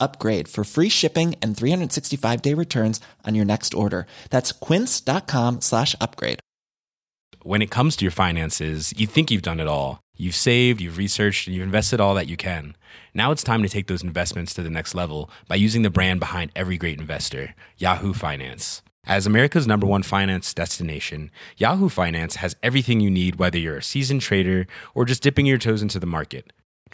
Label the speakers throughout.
Speaker 1: upgrade for free shipping and 365-day returns on your next order. That's quince.com slash upgrade.
Speaker 2: when it comes to your finances, you think you've done it all. You've saved, you've researched, and you've invested all that you can. Now it's time to take those investments to the next level by using the brand behind every great investor, Yahoo Finance. As America's number one finance destination, Yahoo Finance has everything you need, whether you're a seasoned trader or just dipping your toes into the market.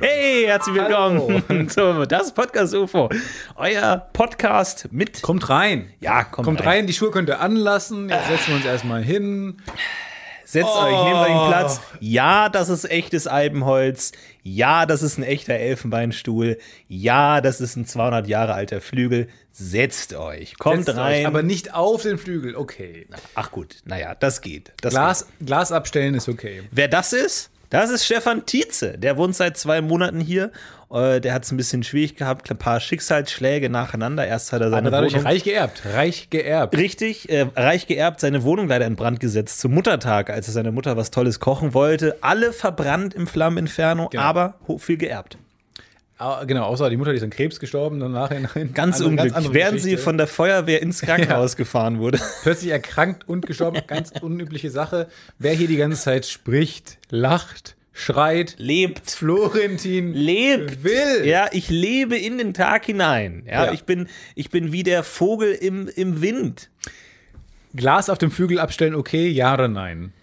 Speaker 3: Hey, herzlich willkommen zum Das Podcast UFO. Euer Podcast mit.
Speaker 4: Kommt rein.
Speaker 3: Ja, kommt, Ah.
Speaker 4: Kommt rein, die Schuhe könnt ihr anlassen. Jetzt setzen wir uns erstmal hin. Oh,
Speaker 3: Setzt euch, nehmt euch einen Platz. Ja, das ist echtes Alpenholz. Ja, das ist ein echter Elfenbeinstuhl. Ja, das ist ein 200 Jahre alter Flügel. Setzt euch. Kommt
Speaker 4: Setzt euch,
Speaker 3: rein.
Speaker 4: aber nicht auf den Flügel. Okay.
Speaker 3: Ach gut, naja, das geht. Das
Speaker 4: Glas, Glas abstellen ist okay.
Speaker 3: Wer das ist? Das ist Stefan Tietze. Der wohnt seit zwei Monaten hier. Äh, Der hat es ein bisschen schwierig gehabt. Ein paar Schicksalsschläge nacheinander. Erst hat er seine
Speaker 4: Aber dadurch
Speaker 3: Wohnung
Speaker 4: reich geerbt. Reich geerbt.
Speaker 3: Richtig, äh, reich geerbt, seine Wohnung leider in Brand gesetzt zum Muttertag, als er seiner Mutter was Tolles kochen wollte. Alle verbrannt im Flammeninferno,
Speaker 4: Genau.
Speaker 3: aber ho- viel geerbt.
Speaker 4: Ah, Genau, außer die Mutter, die ist an Krebs gestorben, dann nachher nein.
Speaker 3: Ganz
Speaker 4: Andere-
Speaker 3: unglücklich.
Speaker 4: Also andere
Speaker 3: während sie
Speaker 4: Geschichte.
Speaker 3: von der Feuerwehr ins Krankenhaus gefahren wurde.
Speaker 4: plötzlich erkrankt und gestorben, ganz unübliche Sache. Wer hier die ganze Zeit spricht, lacht, schreit,
Speaker 3: Lebt.
Speaker 4: Florentin
Speaker 3: Lebt.
Speaker 4: will.
Speaker 3: Ja, ich lebe in den Tag hinein. Ja,
Speaker 4: Ja.
Speaker 3: Ich, bin, ich bin wie der Vogel im, im Wind.
Speaker 4: Glas auf dem Flügel abstellen, okay, ja oder nein?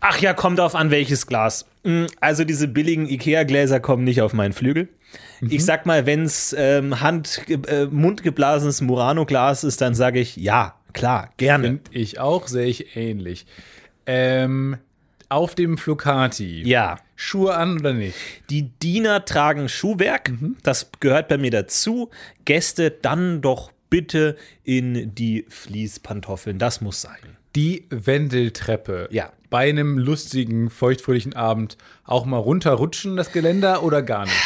Speaker 3: Ach ja, kommt auf an welches Glas. Mm, Also diese billigen Ikea-Gläser kommen nicht auf meinen Flügel. Ich sag mal, wenn's ähm, Hand, äh, mundgeblasenes Murano-Glas ist, dann sage ich ja, klar, gerne.
Speaker 4: Find ich auch, sehe ich ähnlich. Ähm, auf dem Flocati.
Speaker 3: Ja,
Speaker 4: Schuhe an oder nicht?
Speaker 3: die Diener tragen Schuhwerk, das gehört bei mir dazu. Gäste dann doch bitte in die Fließpantoffeln, das muss sein.
Speaker 4: Die Wendeltreppe.
Speaker 3: Ja.
Speaker 4: Bei einem lustigen, feuchtfröhlichen Abend auch mal runterrutschen, das Geländer oder gar nicht?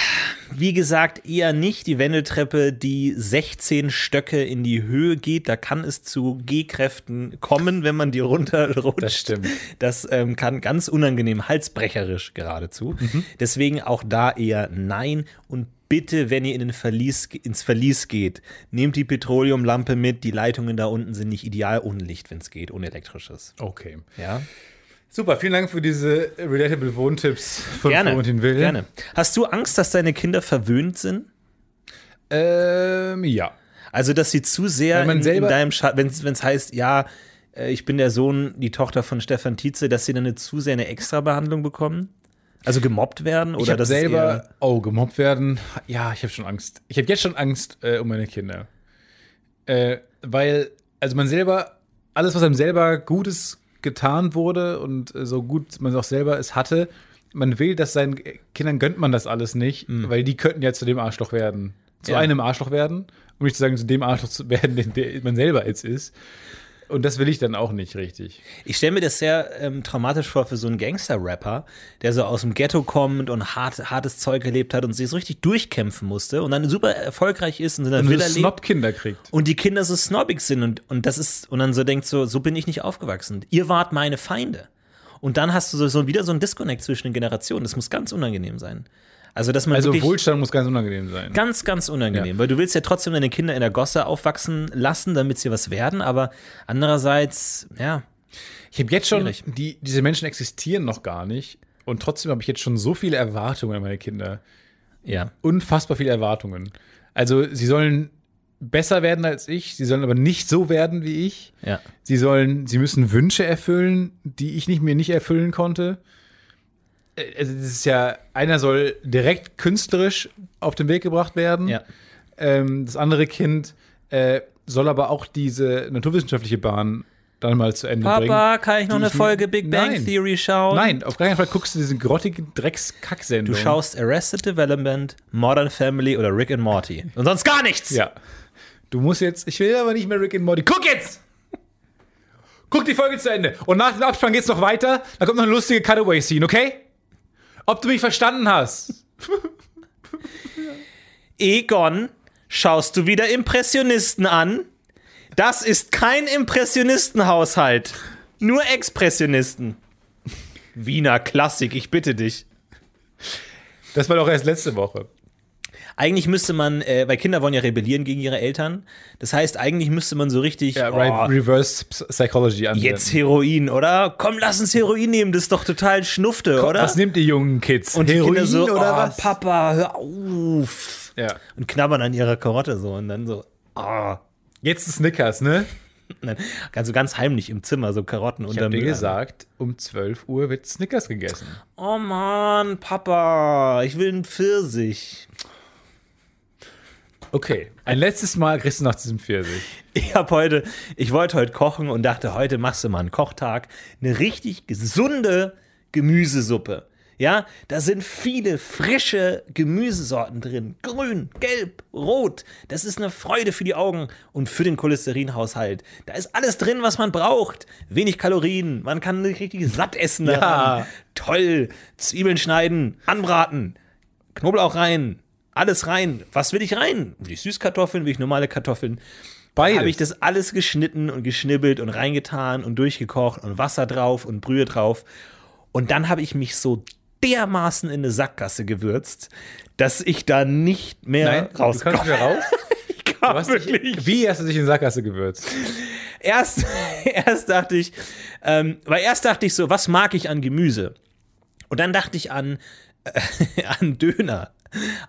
Speaker 3: Wie gesagt, eher nicht die Wendeltreppe, die 16 Stöcke in die Höhe geht. Da kann es zu G-Kräften kommen, wenn man die runterrutscht.
Speaker 4: Das stimmt.
Speaker 3: Das ähm, kann ganz unangenehm, halsbrecherisch geradezu.
Speaker 4: Mhm.
Speaker 3: Deswegen auch da eher nein und Bitte, wenn ihr in den Verlies, ins Verlies geht, nehmt die Petroleumlampe mit. Die Leitungen da unten sind nicht ideal ohne Licht, wenn es geht, ohne elektrisches.
Speaker 4: Okay.
Speaker 3: Ja,
Speaker 4: Super, vielen Dank für diese relatable Wohntipps von
Speaker 3: gerne.
Speaker 4: Florentin Will.
Speaker 3: gerne. Hast du Angst, dass deine Kinder verwöhnt sind?
Speaker 4: Ähm, ja.
Speaker 3: Also, dass sie zu sehr
Speaker 4: Wenn man
Speaker 3: in, in
Speaker 4: selber-
Speaker 3: deinem Schatten, wenn es heißt, ja, äh, ich bin der Sohn, die Tochter von Stefan Tietze, dass sie dann eine zu sehr eine Extrabehandlung bekommen? Also gemobbt werden?
Speaker 4: Ich
Speaker 3: Oder
Speaker 4: habe
Speaker 3: dass es
Speaker 4: selber,
Speaker 3: eher-
Speaker 4: oh, gemobbt werden. Ja, ich habe schon Angst. Ich habe jetzt schon Angst äh, um meine Kinder. Äh, weil, also man selber, alles, was einem selber Gutes getan wurde und äh, so gut man es auch selber es hatte, man will, dass seinen Kindern gönnt man das alles nicht, weil die könnten ja zu dem Arschloch werden. Zu
Speaker 3: Mhm. Ja.
Speaker 4: einem Arschloch werden, um nicht zu sagen, zu dem Arschloch zu werden, den der man selber jetzt ist. Und das will ich dann auch nicht richtig.
Speaker 3: Ich stelle mir das sehr ähm, traumatisch vor für so einen Gangster-Rapper, der so aus dem Ghetto kommt und hart, hartes Zeug erlebt hat und sich so richtig durchkämpfen musste und dann super erfolgreich ist und in der
Speaker 4: Wenn man
Speaker 3: Villa
Speaker 4: so
Speaker 3: lebt.
Speaker 4: Snob-Kinder kriegt.
Speaker 3: Und die Kinder so snobbig sind und, und das ist, und dann so denkt so, so bin ich nicht aufgewachsen. Ihr wart meine Feinde. Und dann hast du so, so wieder so einen Disconnect zwischen den Generationen. Das muss ganz unangenehm sein. Also, dass man
Speaker 4: Also
Speaker 3: wirklich
Speaker 4: Wohlstand muss ganz unangenehm sein.
Speaker 3: ganz, ganz unangenehm, weil du willst ja trotzdem deine Kinder in der Gosse aufwachsen lassen, damit sie was werden, aber andererseits, ja,
Speaker 4: Ich habe jetzt schon,
Speaker 3: Schwierig.
Speaker 4: die, diese Menschen existieren noch gar nicht. Und trotzdem habe ich jetzt schon so viele Erwartungen an meine Kinder.
Speaker 3: Ja.
Speaker 4: Unfassbar viele Erwartungen. Also, sie sollen besser werden als ich, sie sollen aber nicht so werden wie ich.
Speaker 3: Ja.
Speaker 4: Sie sollen, sie müssen Wünsche erfüllen, die ich nicht, mir nicht erfüllen konnte. Äh, Also, das ist ja, einer soll direkt künstlerisch auf den Weg gebracht werden.
Speaker 3: Ja.
Speaker 4: Ähm, das andere Kind äh, soll aber auch diese naturwissenschaftliche Bahn dann mal zu Ende bringen.
Speaker 3: Papa, kann ich noch
Speaker 4: Die
Speaker 3: eine
Speaker 4: ist-
Speaker 3: Folge Big Bang
Speaker 4: Nein.
Speaker 3: Theory schauen?
Speaker 4: Nein, auf gar keinen Fall guckst du diesen grottigen Dreckskack-Sendung.
Speaker 3: Du schaust Arrested Development, Modern Family oder Rick and Morty. Und sonst gar nichts.
Speaker 4: Ja. Du musst jetzt. Ich will aber nicht mehr Rick and Morty. Guck jetzt! Guck die Folge zu Ende. Und nach dem Abspann geht's noch weiter. Da kommt noch eine lustige Cutaway-Scene, okay? Ob du mich verstanden hast.
Speaker 3: Egon, schaust du wieder Impressionisten an? Das ist kein Impressionistenhaushalt. Nur Expressionisten. Wiener Klassik, ich bitte dich.
Speaker 4: Das war doch erst letzte Woche.
Speaker 3: Eigentlich müsste man, äh, weil Kinder wollen ja rebellieren gegen ihre Eltern. Das heißt, eigentlich müsste man so richtig.
Speaker 4: Ja,
Speaker 3: oh,
Speaker 4: right, Reverse Ps- Psychology an.
Speaker 3: Jetzt Heroin, oder? Komm, lass uns Heroin nehmen, das ist doch total Schnufte, oder?
Speaker 4: Was nimmt die jungen Kids?
Speaker 3: und die Kinder so,
Speaker 4: oder
Speaker 3: oh,
Speaker 4: was?
Speaker 3: Papa, hör auf.
Speaker 4: Ja.
Speaker 3: Und knabbern an ihrer Karotte so und dann so, ah.
Speaker 4: Jetzt ist Snickers, ne?
Speaker 3: Nein, also ganz heimlich im Zimmer, so Karotten
Speaker 4: Ich
Speaker 3: unter
Speaker 4: hab dir gesagt, um 12 Uhr wird Snickers gegessen.
Speaker 3: Oh Mann, Papa, ich will einen Pfirsich.
Speaker 4: Okay. Ein letztes Mal kriegst du nach diesem Pfirsich.
Speaker 3: Ich hab heute, ich wollte heute kochen und dachte, heute machst du mal einen Kochtag. Eine richtig gesunde Gemüsesuppe. Ja, da sind viele frische Gemüsesorten drin. Grün, gelb, rot. Das ist eine Freude für die Augen und für den Cholesterinhaushalt. Da ist alles drin, was man braucht. Wenig Kalorien, man kann richtig satt essen daran.
Speaker 4: Ja.
Speaker 3: Toll. Zwiebeln schneiden, anbraten, Knoblauch rein, alles rein. Was will ich rein? Will ich Süßkartoffeln, will ich normale Kartoffeln?
Speaker 4: Beides.
Speaker 3: Habe ich das alles geschnitten und geschnibbelt und reingetan und durchgekocht und Wasser drauf und Brühe drauf. Und dann habe ich mich so dermaßen in eine Sackgasse gewürzt, dass ich da nicht mehr
Speaker 4: du kannst
Speaker 3: rauskomme.
Speaker 4: wieder raus.
Speaker 3: Kam
Speaker 4: Was dich, wie hast du dich in Sackgasse gewürzt?
Speaker 3: erst, erst dachte ich, ähm, weil erst dachte ich so, was mag ich an Gemüse? Und dann dachte ich an, äh, an Döner.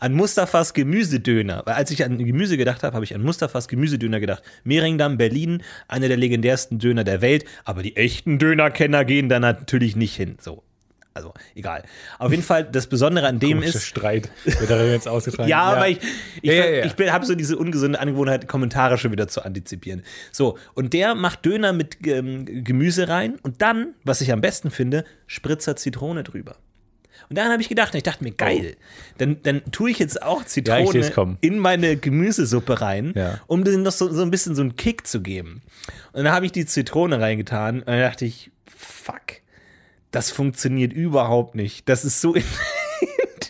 Speaker 3: An Mustafas Gemüsedöner. Weil als ich an Gemüse gedacht habe, habe ich an Mustafas Gemüsedöner gedacht. Mehringdamm, Berlin, einer der legendärsten Döner der Welt. Aber die echten Dönerkenner gehen da natürlich nicht hin. So. Also, egal. Auf jeden Fall, das Besondere an dem
Speaker 4: Komischer
Speaker 3: ist.
Speaker 4: Streit, der darin jetzt ausgetragen
Speaker 3: Ja, aber ich, ich,
Speaker 4: Ja, ja, ja.
Speaker 3: ich habe so diese ungesunde Angewohnheit, Kommentare schon wieder zu antizipieren. So, und der macht Döner mit ähm, Gemüse rein und dann, was ich am besten finde, Spritzer Zitrone drüber. Und daran habe ich gedacht, und ich dachte mir, geil, dann, dann tue ich jetzt auch
Speaker 4: Oh. ich
Speaker 3: Zitrone
Speaker 4: seh's kommen.
Speaker 3: in meine Gemüsesuppe rein,
Speaker 4: Ja.
Speaker 3: um denen noch so, so ein bisschen so einen Kick zu geben. Und dann habe ich die Zitrone reingetan und dann dachte ich, fuck, das funktioniert überhaupt nicht. Das ist so in-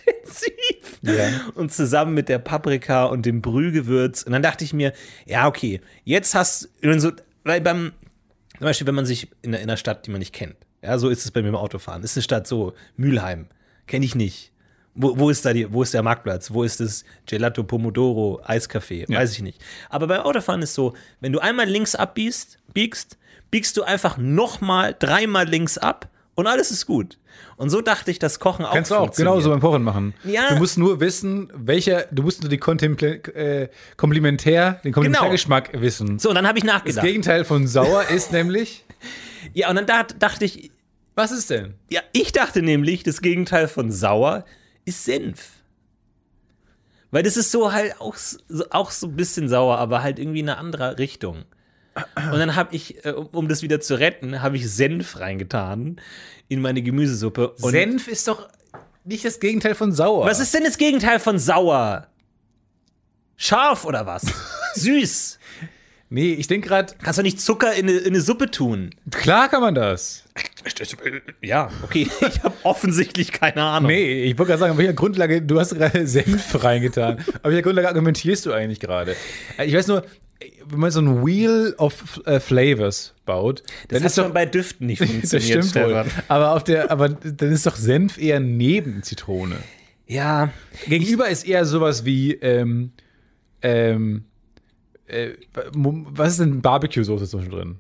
Speaker 3: intensiv. Und zusammen mit der Paprika und dem Brühgewürz. Und dann dachte ich mir, ja, okay, jetzt hast du, so, weil beim, zum Beispiel, wenn man sich in einer Stadt, die man nicht kennt, ja, so ist es bei mir im Autofahren, ist eine Stadt so, Mülheim, kenne ich nicht. Wo, wo, ist da die, wo ist der Marktplatz? Wo ist das Gelato Pomodoro Eiscafé? Weiß ich nicht. Aber beim Autofahren ist so, wenn du einmal links abbiegst, biegst, biegst du einfach nochmal dreimal links ab und alles ist gut. Und so dachte ich, das Kochen auch
Speaker 4: Kannst du auch
Speaker 3: funktioniert.
Speaker 4: genauso beim Kochen machen.
Speaker 3: Ja.
Speaker 4: Du musst nur wissen, welcher, du musst nur die Komplimentär, äh, Komplimentär, den Komplementärgeschmack wissen.
Speaker 3: So, und dann habe ich
Speaker 4: Das
Speaker 3: nachgedacht.
Speaker 4: Gegenteil von sauer ist nämlich,
Speaker 3: Ja, und dann da, dachte ich,
Speaker 4: was ist denn?
Speaker 3: Ja, ich dachte nämlich, das Gegenteil von sauer ist Senf. Weil das ist so halt auch s- so, auch so ein bisschen sauer, aber halt irgendwie in eine andere Richtung. Und dann habe ich, äh, um- um das wieder zu retten, habe ich Senf reingetan in meine Gemüsesuppe. Und
Speaker 4: Senf ist doch nicht das Gegenteil von sauer.
Speaker 3: Was ist denn das Gegenteil von sauer? Scharf oder was? Süß.
Speaker 4: Nee, ich denke gerade,
Speaker 3: Kannst du nicht Zucker in eine, in eine Suppe tun?
Speaker 4: klar kann man das.
Speaker 3: Ja, okay. Ich habe offensichtlich keine Ahnung.
Speaker 4: Nee, ich wollte gerade sagen, auf welcher Grundlage, du hast gerade Senf reingetan. Auf welcher Grundlage argumentierst du eigentlich gerade? Äh, Ich weiß nur, wenn man so ein Wheel of äh, Flavors baut,
Speaker 3: das
Speaker 4: dann
Speaker 3: hat
Speaker 4: ist
Speaker 3: schon
Speaker 4: doch
Speaker 3: bei Düften nicht
Speaker 4: das
Speaker 3: funktioniert,
Speaker 4: stimmt
Speaker 3: Stefan.
Speaker 4: wohl. Aber, auf der, aber dann ist doch Senf eher neben Zitrone.
Speaker 3: Ja,
Speaker 4: Gegenüber ist eher sowas wie, ähm, ähm, äh, was ist denn Barbecue-Soße zum Beispiel drin?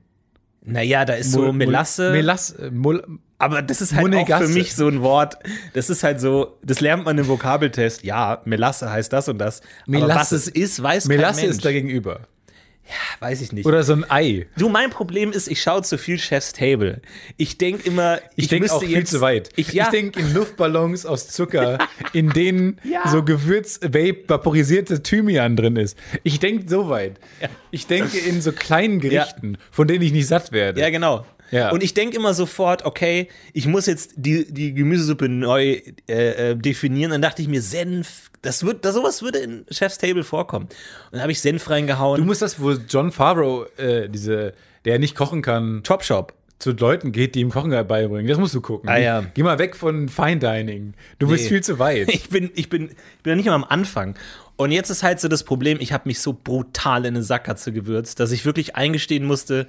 Speaker 3: Naja, da ist so
Speaker 4: Mul- Mul-
Speaker 3: Melasse.
Speaker 4: Melasse. äh, Mul
Speaker 3: aber das ist halt auch
Speaker 4: Monegasse.
Speaker 3: für mich so ein Wort. Das ist halt so, das lernt man im Vokabeltest. Ja, Melasse heißt das und das. Aber
Speaker 4: Melasse.
Speaker 3: was es ist, weiß
Speaker 4: Melasse
Speaker 3: kein Mensch.
Speaker 4: ist dagegenüber.
Speaker 3: weiß ich nicht.
Speaker 4: Oder so ein Ei.
Speaker 3: Du, mein Problem ist, ich schaue zu viel Chef's Table. Ich denke immer, ich,
Speaker 4: Ich, denke
Speaker 3: müsste
Speaker 4: auch viel
Speaker 3: jetzt,
Speaker 4: zu weit.
Speaker 3: Ich, ja,
Speaker 4: denke in Luftballons aus Zucker, in denen
Speaker 3: Ja.
Speaker 4: so Gewürz, vape, vaporisierte Thymian drin ist. Ich denke so weit. Ich denke in so kleinen Gerichten, von denen ich nicht satt werde.
Speaker 3: ja, genau.
Speaker 4: Ja.
Speaker 3: Und ich denke immer sofort, okay, ich muss jetzt die, die Gemüsesuppe neu äh, äh, definieren. Dann dachte ich mir, Senf, das wird, das, sowas würde in Chef's Table vorkommen. Und dann habe ich Senf reingehauen.
Speaker 4: Du musst das, wo John Favreau, äh, diese, der nicht kochen kann,
Speaker 3: Top Shop.
Speaker 4: zu Leuten geht, die ihm Kochen beibringen. Das musst du gucken.
Speaker 3: Ah, ja.
Speaker 4: Geh mal weg von Fine Dining. Du bist
Speaker 3: Nee.
Speaker 4: viel zu weit.
Speaker 3: Ich bin, ich bin, ich bin ja nicht mal am Anfang. Und jetzt ist halt so das Problem, ich habe mich so brutal in eine Sackgasse gewürzt, dass ich wirklich eingestehen musste,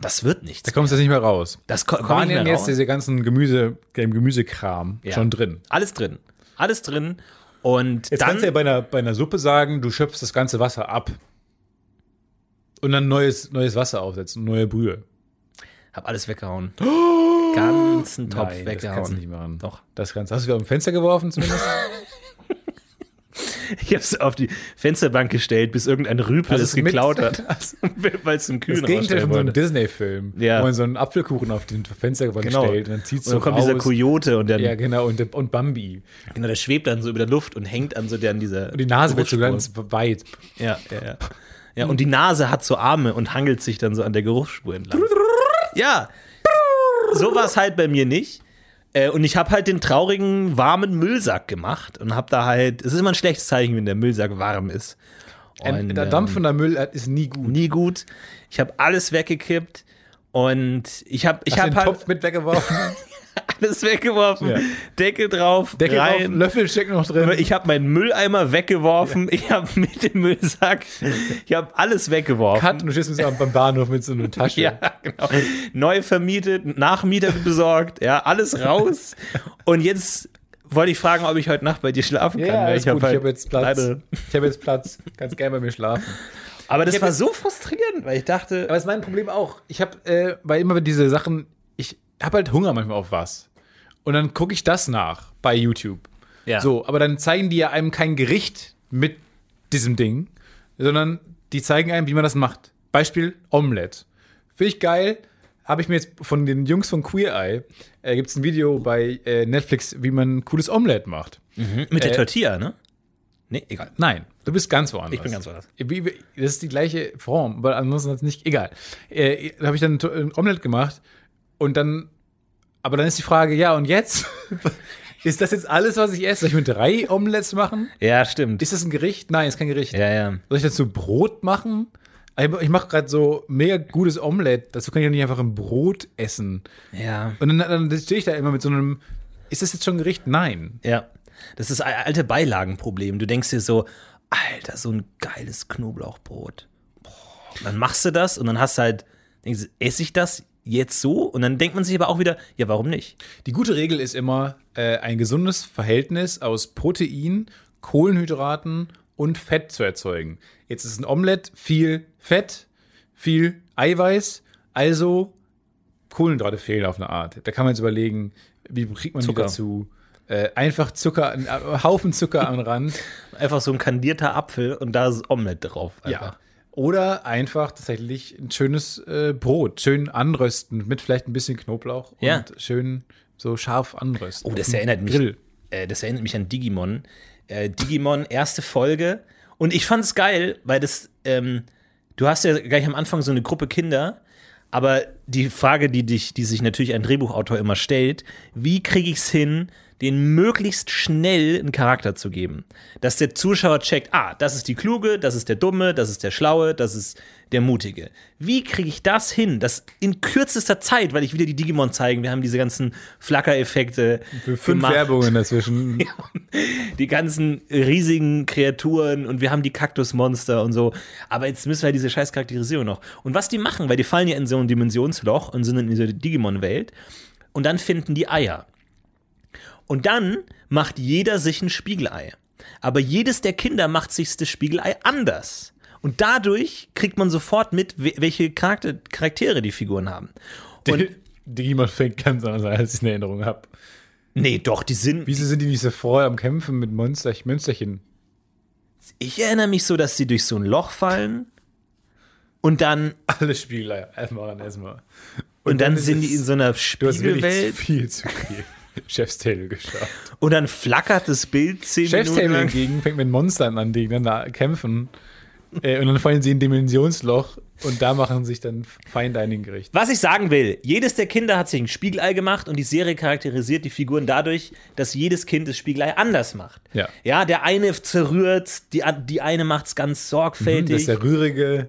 Speaker 3: das wird nichts.
Speaker 4: Da kommst du jetzt nicht mehr raus.
Speaker 3: Das ko- komm
Speaker 4: Waren
Speaker 3: ich nicht
Speaker 4: denn
Speaker 3: mehr
Speaker 4: jetzt
Speaker 3: raus.
Speaker 4: diese ganzen Gemüse, dem Gemüsekram
Speaker 3: Ja.
Speaker 4: schon drin?
Speaker 3: Alles drin. Alles drin. Und
Speaker 4: Jetzt
Speaker 3: dann.
Speaker 4: kannst du ja bei einer, bei einer Suppe sagen, du schöpfst das ganze Wasser ab. Und dann neues, neues Wasser aufsetzen, neue Brühe.
Speaker 3: hab alles weggehauen. Ganzen Topf
Speaker 4: das kannst du nicht
Speaker 3: weggehauen.
Speaker 4: machen.
Speaker 3: Doch.
Speaker 4: Das Ganze. Hast du wieder aus dem Fenster geworfen zumindest?
Speaker 3: Ich hab's auf die Fensterbank gestellt, bis irgendein Rüpel
Speaker 4: Also
Speaker 3: es
Speaker 4: mit-
Speaker 3: geklaut hat.
Speaker 4: Das
Speaker 3: Weil es zum Kühlen
Speaker 4: Gegenteil
Speaker 3: rausstellen
Speaker 4: von so einem
Speaker 3: wollte.
Speaker 4: Disney-Film,
Speaker 3: Ja.
Speaker 4: wo man so einen Apfelkuchen auf den Fensterbank
Speaker 3: Genau.
Speaker 4: stellt und dann zieht
Speaker 3: Und
Speaker 4: so
Speaker 3: dann kommt
Speaker 4: raus.
Speaker 3: dieser Kojote und dann
Speaker 4: Ja, genau. Und, und Bambi.
Speaker 3: genau, der schwebt dann so über der Luft und hängt an so der an dieser.
Speaker 4: Und die Nase wird so
Speaker 3: Geruchsspur.
Speaker 4: ganz weit.
Speaker 3: Ja, ja, ja. Ja,
Speaker 4: Hm.
Speaker 3: und die Nase hat so Arme und hangelt sich dann so an der Geruchsspur entlang. Ja, so war es halt bei mir nicht. Äh, Und ich habe halt den traurigen, warmen Müllsack gemacht und habe da halt, es ist immer ein schlechtes Zeichen, wenn der Müllsack warm ist.
Speaker 4: Ein,
Speaker 3: Und,
Speaker 4: der
Speaker 3: ähm,
Speaker 4: dampfender Müll äh, ist nie gut.
Speaker 3: nie gut. Ich habe alles weggekippt und ich habe ich
Speaker 4: Hast du
Speaker 3: hab
Speaker 4: den
Speaker 3: halt
Speaker 4: Topf mit weggeworfen,
Speaker 3: alles weggeworfen.
Speaker 4: Ja.
Speaker 3: Deckel drauf,
Speaker 4: Deckel drauf,
Speaker 3: rein.
Speaker 4: Löffel steckt noch drin.
Speaker 3: Ich habe meinen Mülleimer weggeworfen. Ich habe mit dem Müllsack, ich habe alles weggeworfen.
Speaker 4: Cut und du stehst mit so einem- beim Bahnhof mit so einer Tasche.
Speaker 3: Ja, genau. Neu vermietet, Nachmieter besorgt, ja, alles raus. Und jetzt wollte ich fragen, ob ich heute Nacht bei dir schlafen kann.
Speaker 4: Ja,
Speaker 3: weil
Speaker 4: ist ich
Speaker 3: hab
Speaker 4: gut,
Speaker 3: halt
Speaker 4: ich habe jetzt Platz.
Speaker 3: leider-
Speaker 4: Ich habe jetzt Platz. Kannst gerne bei mir schlafen.
Speaker 3: Aber das
Speaker 4: Ich hab
Speaker 3: war
Speaker 4: jetzt-
Speaker 3: so frustrierend, weil ich dachte,
Speaker 4: Aber ist mein Problem auch. Ich habe, äh, weil immer diese Sachen, ich habe halt Hunger manchmal auf was. Und dann gucke ich das nach bei YouTube.
Speaker 3: Ja.
Speaker 4: So, aber dann zeigen die ja einem kein Gericht mit diesem Ding, sondern die zeigen einem, wie man das macht. Beispiel Omelette. Finde ich geil. Habe ich mir jetzt von den Jungs von Queer Eye, äh, gibt es ein Video bei äh, Netflix, wie man ein cooles Omelette macht.
Speaker 3: mit der
Speaker 4: äh,
Speaker 3: Tortilla, ne? Nee, egal.
Speaker 4: Nein, du bist ganz woanders.
Speaker 3: Ich bin ganz woanders.
Speaker 4: Wie- wie- Das ist die gleiche Form, aber ansonsten hat es nicht. Egal. Äh, da habe ich dann ein To- ein Omelett gemacht und dann. Aber dann ist die Frage, ja, und jetzt? ist das jetzt alles, was ich esse? Soll ich mit drei Omelettes machen?
Speaker 3: Ja, stimmt.
Speaker 4: Ist das ein Gericht? Nein, ist kein Gericht.
Speaker 3: Ja, ja.
Speaker 4: Soll ich dazu Brot machen? Ich mache gerade so mega gutes Omelett. Dazu kann ich doch nicht einfach ein Brot essen.
Speaker 3: Ja.
Speaker 4: Und dann, dann stehe ich da immer mit so einem. Ist das jetzt schon ein Gericht? Nein.
Speaker 3: Ja. Das ist ein alte Beilagenproblem. Du denkst dir so, Alter, so ein geiles Knoblauchbrot. Boah. Dann machst du das und dann hast du halt, denkst, du, esse ich das jetzt so? Und dann denkt man sich aber auch wieder, ja, warum nicht?
Speaker 4: Die gute Regel ist immer äh, ein gesundes Verhältnis aus Protein, Kohlenhydraten und Fett zu erzeugen. Jetzt ist ein Omelett viel Fett, viel Eiweiß, also Kohlenhydrate fehlen auf eine Art. Da kann man jetzt überlegen, wie kriegt man
Speaker 3: Zucker.
Speaker 4: die dazu? Äh, einfach Zucker, ein äh, Haufen Zucker am Rand.
Speaker 3: Einfach so ein kandierter Apfel und da ist Omelette drauf.
Speaker 4: Ja. Oder einfach tatsächlich ein schönes äh, Brot, schön anrösten mit vielleicht ein bisschen Knoblauch
Speaker 3: Ja.
Speaker 4: und schön so scharf anrösten.
Speaker 3: Oh,
Speaker 4: Auf
Speaker 3: das
Speaker 4: dem
Speaker 3: erinnert mich.
Speaker 4: Grill.
Speaker 3: Äh, das erinnert mich an Digimon. Äh, Digimon, erste Folge. Und ich fand's geil, weil das, ähm, du hast ja gleich am Anfang so eine Gruppe Kinder, aber die Frage, die dich, die sich natürlich ein Drehbuchautor immer stellt, wie kriege ich's hin, den möglichst schnell einen Charakter zu geben? Dass der Zuschauer checkt, ah, das ist die Kluge, das ist der Dumme, das ist der Schlaue, das ist der Mutige. Wie kriege ich das hin, dass in kürzester Zeit, weil ich wieder die Digimon zeigen, wir haben diese ganzen Flackereffekte.
Speaker 4: Für fünf Werbungen dazwischen.
Speaker 3: die ganzen riesigen Kreaturen und wir haben die Kaktusmonster und so. Aber jetzt müssen wir diese scheiß Charakterisierung noch. Und was die machen, weil die fallen ja in so ein Dimensionsloch und sind in dieser Digimon-Welt. Und dann finden die Eier. Und dann macht jeder sich ein Spiegelei. Aber jedes der Kinder macht sich das Spiegelei anders. Und dadurch kriegt man sofort mit, we- welche Charakter Charaktere die Figuren haben. Und
Speaker 4: Digimon fängt ganz anders an, als ich in Erinnerung habe.
Speaker 3: nee, doch, die sind.
Speaker 4: Wieso sind die nicht so vorher am Kämpfen mit Monsterchen? Münsterchen?
Speaker 3: Ich erinnere mich so, dass sie durch so ein Loch fallen und dann
Speaker 4: Alle Spiegeleier. Erstmal ran, erstmal.
Speaker 3: und, dann,
Speaker 4: ist
Speaker 3: sind
Speaker 4: es-
Speaker 3: die in so einer
Speaker 4: Du hast wirklich
Speaker 3: Spiegelwelt
Speaker 4: viel zu viel Chefstable geschafft.
Speaker 3: und dann flackert das Bild zehn Minuten
Speaker 4: Chefstable
Speaker 3: lang.
Speaker 4: hingegen fängt mit Monstern an, die gegeneinander kämpfen. Äh, und dann fallen sie in ein Dimensionsloch und da machen sich dann Fine Dining Gericht.
Speaker 3: Was ich sagen will, jedes der Kinder hat sich ein Spiegelei gemacht und die Serie charakterisiert die Figuren dadurch, dass jedes Kind das Spiegelei anders macht.
Speaker 4: Ja.
Speaker 3: Ja, der eine zerrührt, die, an- die eine macht's ganz
Speaker 4: Mhm, Das
Speaker 3: sorgfältig,
Speaker 4: ist der Rührige,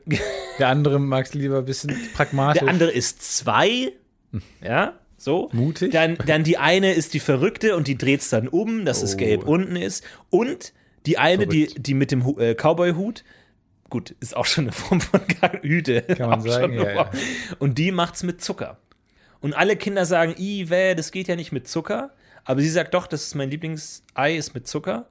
Speaker 4: der andere mag es lieber ein bisschen pragmatisch.
Speaker 3: der andere ist zwei. Ja, so.
Speaker 4: Mutig.
Speaker 3: Dann, dann die eine ist die Verrückte und die dreht's dann um, dass es
Speaker 4: Oh.
Speaker 3: gelb unten ist. Und die eine, die,
Speaker 4: Verrückt.
Speaker 3: die mit dem Hu- äh, Cowboy-Hut. Gut, ist auch schon eine Form von Hüte.
Speaker 4: Kann man
Speaker 3: Auch schon
Speaker 4: sagen,
Speaker 3: eine
Speaker 4: ja, ja.
Speaker 3: Form. Und die macht's mit Zucker. Und alle Kinder sagen, i, wäh, das geht ja nicht mit Zucker. Aber sie sagt doch, das ist mein Lieblingsei, ist mit Zucker.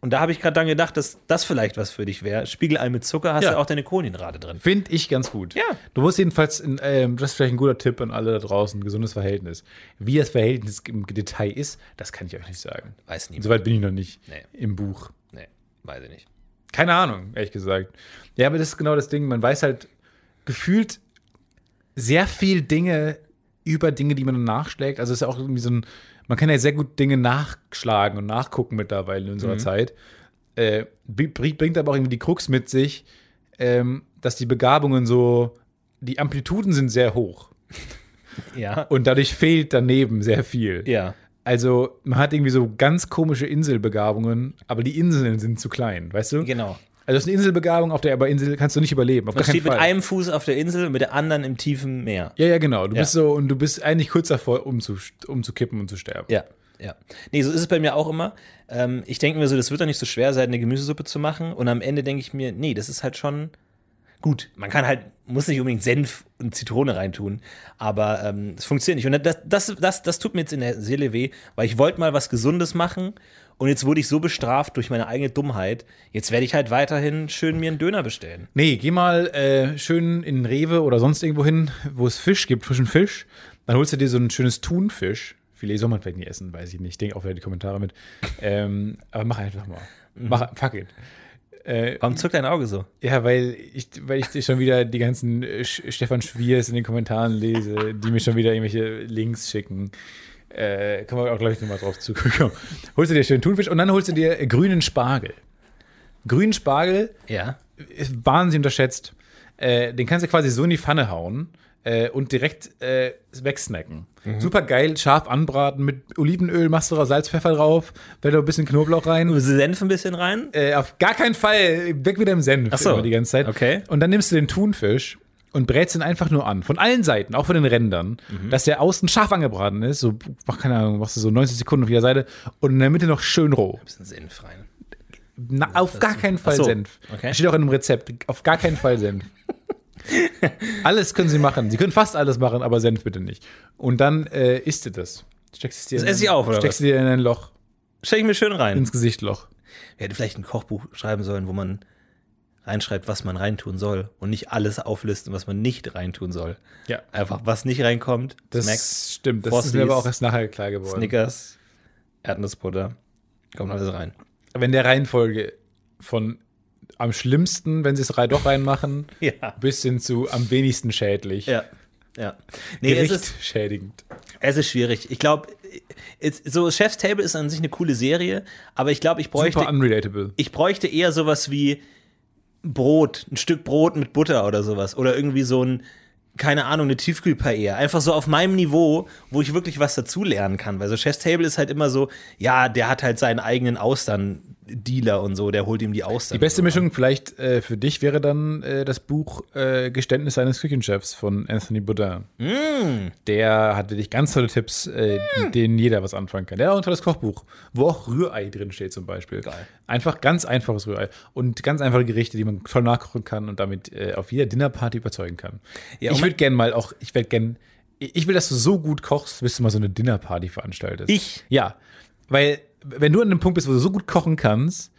Speaker 3: Und da habe ich gerade dann gedacht, dass das vielleicht was für dich wäre. Spiegelei mit Zucker hast
Speaker 4: Ja.
Speaker 3: ja auch deine Kohlenhydrate drin.
Speaker 4: Finde ich ganz gut.
Speaker 3: Ja.
Speaker 4: Du musst jedenfalls, in, ähm, das ist vielleicht ein guter Tipp an alle da draußen, gesundes Verhältnis. Wie das Verhältnis im Detail ist, das kann ich euch nicht sagen.
Speaker 3: Weiß niemand.
Speaker 4: Soweit bin ich noch nicht
Speaker 3: Nee.
Speaker 4: im Buch.
Speaker 3: Nee, weiß ich nicht.
Speaker 4: Keine Ahnung, ehrlich gesagt. Ja, aber das ist genau das Ding. Man weiß halt gefühlt sehr viel Dinge über Dinge, die man nachschlägt. Also es ist ja auch irgendwie so ein, man kann ja sehr gut Dinge nachschlagen und nachgucken mittlerweile in unserer Zeit. Äh, bri- bringt aber auch irgendwie die Krux mit sich, ähm, dass die Begabungen so, die Amplituden sind sehr hoch
Speaker 3: Ja.
Speaker 4: und dadurch fehlt daneben sehr viel.
Speaker 3: Ja.
Speaker 4: Also man hat irgendwie so ganz komische Inselbegabungen, aber die Inseln sind zu klein, weißt du?
Speaker 3: Genau.
Speaker 4: Also es ist eine Inselbegabung, auf der aber Insel kannst du nicht überleben. Auf
Speaker 3: Man
Speaker 4: gar keinen
Speaker 3: steht mit
Speaker 4: Fall.
Speaker 3: einem Fuß auf der Insel und mit der anderen im tiefen Meer.
Speaker 4: ja, ja, genau. Du
Speaker 3: Ja.
Speaker 4: bist so und du bist eigentlich kurz davor, umzu, umzukippen und zu sterben.
Speaker 3: Ja, ja. Nee, so ist es bei mir auch immer. Ähm, ich denke mir so, das wird doch nicht so schwer sein, eine Gemüsesuppe zu machen. Und am Ende denke ich mir, nee, das ist halt schon gut. Man kann halt, muss nicht unbedingt Senf und Zitrone reintun, aber ähm, es funktioniert nicht. Und das, das, das, das tut mir jetzt in der Seele weh, weil ich wollte mal was Gesundes machen und jetzt wurde ich so bestraft durch meine eigene Dummheit. Jetzt werde ich halt weiterhin schön mir einen Döner bestellen.
Speaker 4: Nee, geh mal äh, schön in Rewe oder sonst irgendwo hin, wo es Fisch gibt, frischen Fisch. Dann holst du dir so ein schönes Thunfisch. Filet soll man vielleicht nicht essen, weiß ich nicht. Ich denke auch wieder die Kommentare mit. Ähm, aber mach einfach mal.
Speaker 3: Mhm.
Speaker 4: Mach, fuck it.
Speaker 3: Warum zuckt dein Auge so?
Speaker 4: Ja, weil ich, weil ich schon wieder die ganzen äh, Sch- Stefan Schwiers in den Kommentaren lese, die mir schon wieder irgendwelche Links schicken. Äh, können wir auch gleich nochmal drauf zurückkommen. Holst du dir schön Thunfisch und dann holst du dir äh, grünen Spargel. Grünen Spargel
Speaker 3: Ja.
Speaker 4: ist wahnsinnig unterschätzt. Äh, den kannst du quasi so in die Pfanne hauen äh, und direkt äh, wegsnacken. Super geil, scharf anbraten mit Olivenöl, machst du da Salz, Pfeffer drauf, wenn du ein bisschen Knoblauch rein
Speaker 3: Senf ein bisschen rein?
Speaker 4: äh, auf gar keinen Fall weg mit dem Senf
Speaker 3: Ach so.
Speaker 4: immer die ganze Zeit.
Speaker 3: Okay.
Speaker 4: Und dann nimmst du den Thunfisch und brätst ihn einfach nur an. Von allen Seiten, auch von den Rändern,
Speaker 3: Mhm.
Speaker 4: dass der außen scharf angebraten ist. So, mach keine Ahnung, machst du so 90 Sekunden auf jeder Seite und in der Mitte noch schön roh.
Speaker 3: bisschen ne? Senf rein.
Speaker 4: Na, auf gar keinen Fall
Speaker 3: Ach so.
Speaker 4: Senf.
Speaker 3: Okay.
Speaker 4: Steht auch in einem Rezept. Auf gar keinen Fall Senf. alles können sie machen. Sie können fast alles machen, aber Senf bitte nicht. Und dann äh, isst du das. Steckst es dir
Speaker 3: Das
Speaker 4: in-
Speaker 3: esse ich auf, oder
Speaker 4: Steckst du dir in ein Loch,
Speaker 3: Stell ich mir schön rein.
Speaker 4: ins Gesichtloch.
Speaker 3: Wir hätten vielleicht ein Kochbuch schreiben sollen, wo man reinschreibt, was man reintun soll und nicht alles auflisten, was man nicht reintun soll.
Speaker 4: Ja.
Speaker 3: Einfach, was nicht reinkommt,
Speaker 4: Das
Speaker 3: Smacks,
Speaker 4: stimmt. Das ist
Speaker 3: Frosties,
Speaker 4: mir aber auch erst nachher klar geworden.
Speaker 3: Snickers, Erdnussbutter, kommt alles rein.
Speaker 4: Wenn der Reihenfolge von am schlimmsten, wenn sie es rei- doch reinmachen,
Speaker 3: Ja.
Speaker 4: bis hin zu am wenigsten schädlich.
Speaker 3: Ja. Ja. Nee, es
Speaker 4: Gericht
Speaker 3: ist,
Speaker 4: schädigend.
Speaker 3: es ist schwierig. Ich glaube, so Chef's Table ist an sich eine coole Serie, aber ich glaube, ich bräuchte,
Speaker 4: Super unrelatable.
Speaker 3: ich bräuchte eher sowas wie Brot, ein Stück Brot mit Butter oder sowas. Oder irgendwie so ein, keine Ahnung, eine Tiefkühlpaella. Einfach so auf meinem Niveau, wo ich wirklich was dazulernen kann. Weil so Chef's Table ist halt immer so, ja, der hat halt seinen eigenen Austern-Dealer und so, der holt ihm die Austern.
Speaker 4: Die beste Mischung vielleicht äh, für dich wäre dann äh, das Buch äh, Geständnis eines Küchenchefs von Anthony Bourdain.
Speaker 3: Mm.
Speaker 4: Der hat wirklich ganz tolle Tipps, äh, mit denen jeder was anfangen kann. Der hat auch ein tolles Kochbuch, wo auch Rührei drin steht zum Beispiel.
Speaker 3: Geil.
Speaker 4: Einfach ganz einfaches Rührei und ganz einfache Gerichte, die man toll nachkochen kann und damit äh, auf jeder Dinnerparty überzeugen kann.
Speaker 3: Ja,
Speaker 4: ich
Speaker 3: und
Speaker 4: würde gern mal auch, ich werde gern, ich ich will, dass du so gut kochst, bis du mal so eine Dinnerparty veranstaltest.
Speaker 3: Ich?
Speaker 4: Ja, weil wenn du an einem Punkt bist, wo du so gut kochen kannst,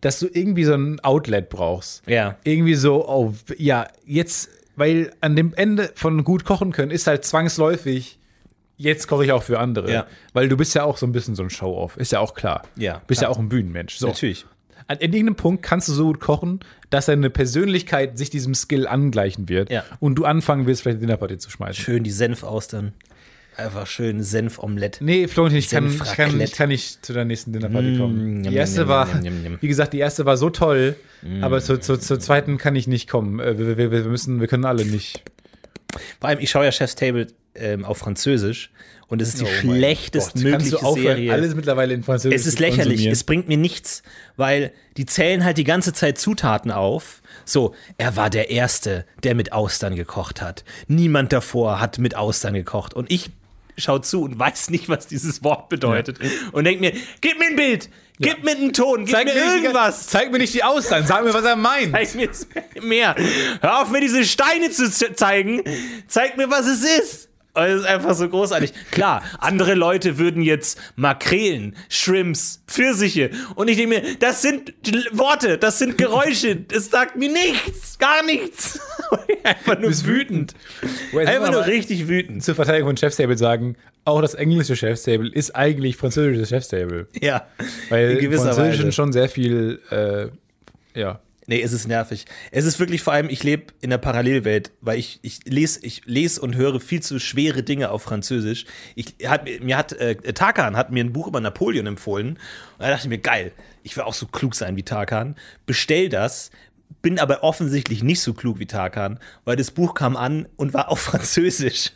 Speaker 4: dass du irgendwie so ein Outlet brauchst.
Speaker 3: Ja.
Speaker 4: Irgendwie so, oh, ja, jetzt, weil an dem Ende von gut kochen können ist halt zwangsläufig, jetzt koche ich auch für andere.
Speaker 3: Ja.
Speaker 4: Weil du bist ja auch so ein bisschen so ein Show-Off, ist ja auch klar.
Speaker 3: Ja,
Speaker 4: Bist
Speaker 3: klar.
Speaker 4: ja auch ein Bühnenmensch. So.
Speaker 3: Natürlich.
Speaker 4: An irgendeinem Punkt kannst du so gut kochen, dass deine Persönlichkeit sich diesem Skill angleichen wird
Speaker 3: Ja.
Speaker 4: und du anfangen wirst, vielleicht eine Dinnerparty zu schmeißen.
Speaker 3: Schön die Senfaustern. Einfach schön Senfomelett.
Speaker 4: Nee, Florentin, ich kann, ich kann,
Speaker 3: Senfraclette.
Speaker 4: ich kann nicht zu der nächsten Dinnerparty kommen.
Speaker 3: Mm, yum,
Speaker 4: Die erste
Speaker 3: yum,
Speaker 4: war,
Speaker 3: yum, yum, Mm. yum.
Speaker 4: wie gesagt, die erste war so toll, aber zur, zur, zur zweiten kann ich nicht kommen. Äh, Wir, wir, wir müssen, wir können alle nicht.
Speaker 3: Oh Vor allem, ich schaue ja Chef's Table ähm, auf Französisch und es ist die
Speaker 4: Oh mein kannst
Speaker 3: schlechtestmögliche
Speaker 4: du aufhören,
Speaker 3: Serie.
Speaker 4: alles mittlerweile in Französisch
Speaker 3: es ist
Speaker 4: zu
Speaker 3: lächerlich,
Speaker 4: konsumieren.
Speaker 3: es bringt mir nichts, weil die zählen halt die ganze Zeit Zutaten auf. So, er war der Erste, der mit Austern gekocht hat. Niemand davor hat mit Austern gekocht. Und ich schaue zu und weiß nicht, was dieses Wort bedeutet. Und denke mir, gib mir ein Bild, gib mir einen Ton, gib mir
Speaker 4: nicht die-
Speaker 3: irgendwas.
Speaker 4: zeig mir nicht die Austern, sag mir, was er meint.
Speaker 3: Zeig mir es mehr. Hör auf, mir diese Steine zu ze- zeigen. Zeig mir, was es ist. Und Es ist einfach so großartig. Klar, andere Leute würden jetzt Makrelen, Shrimps, Pfirsiche. Und ich denke mir, das sind L- Worte, das sind Geräusche. Es sagt mir nichts, gar nichts. einfach nur wütend.
Speaker 4: Whereas
Speaker 3: Einfach
Speaker 4: aber
Speaker 3: nur richtig wütend.
Speaker 4: zur Verteidigung von Chef's Table sagen, auch das englische Chef's Table ist eigentlich französisches Chef's Table.
Speaker 3: Ja,
Speaker 4: Weil
Speaker 3: in
Speaker 4: im
Speaker 3: gewisser
Speaker 4: Französischen
Speaker 3: Weise.
Speaker 4: schon sehr viel, äh, ja.
Speaker 3: Nee, es ist nervig. Es ist wirklich vor allem, ich lebe in der Parallelwelt, weil ich, ich lese ich les und höre viel zu schwere Dinge auf Französisch. Ich hab, mir hat äh, Tarkan hat mir ein Buch über Napoleon empfohlen. Und da dachte ich mir, geil, ich will auch so klug sein wie Tarkan. Bestell das, bin aber offensichtlich nicht so klug wie Tarkan, weil das Buch kam an und war auf Französisch.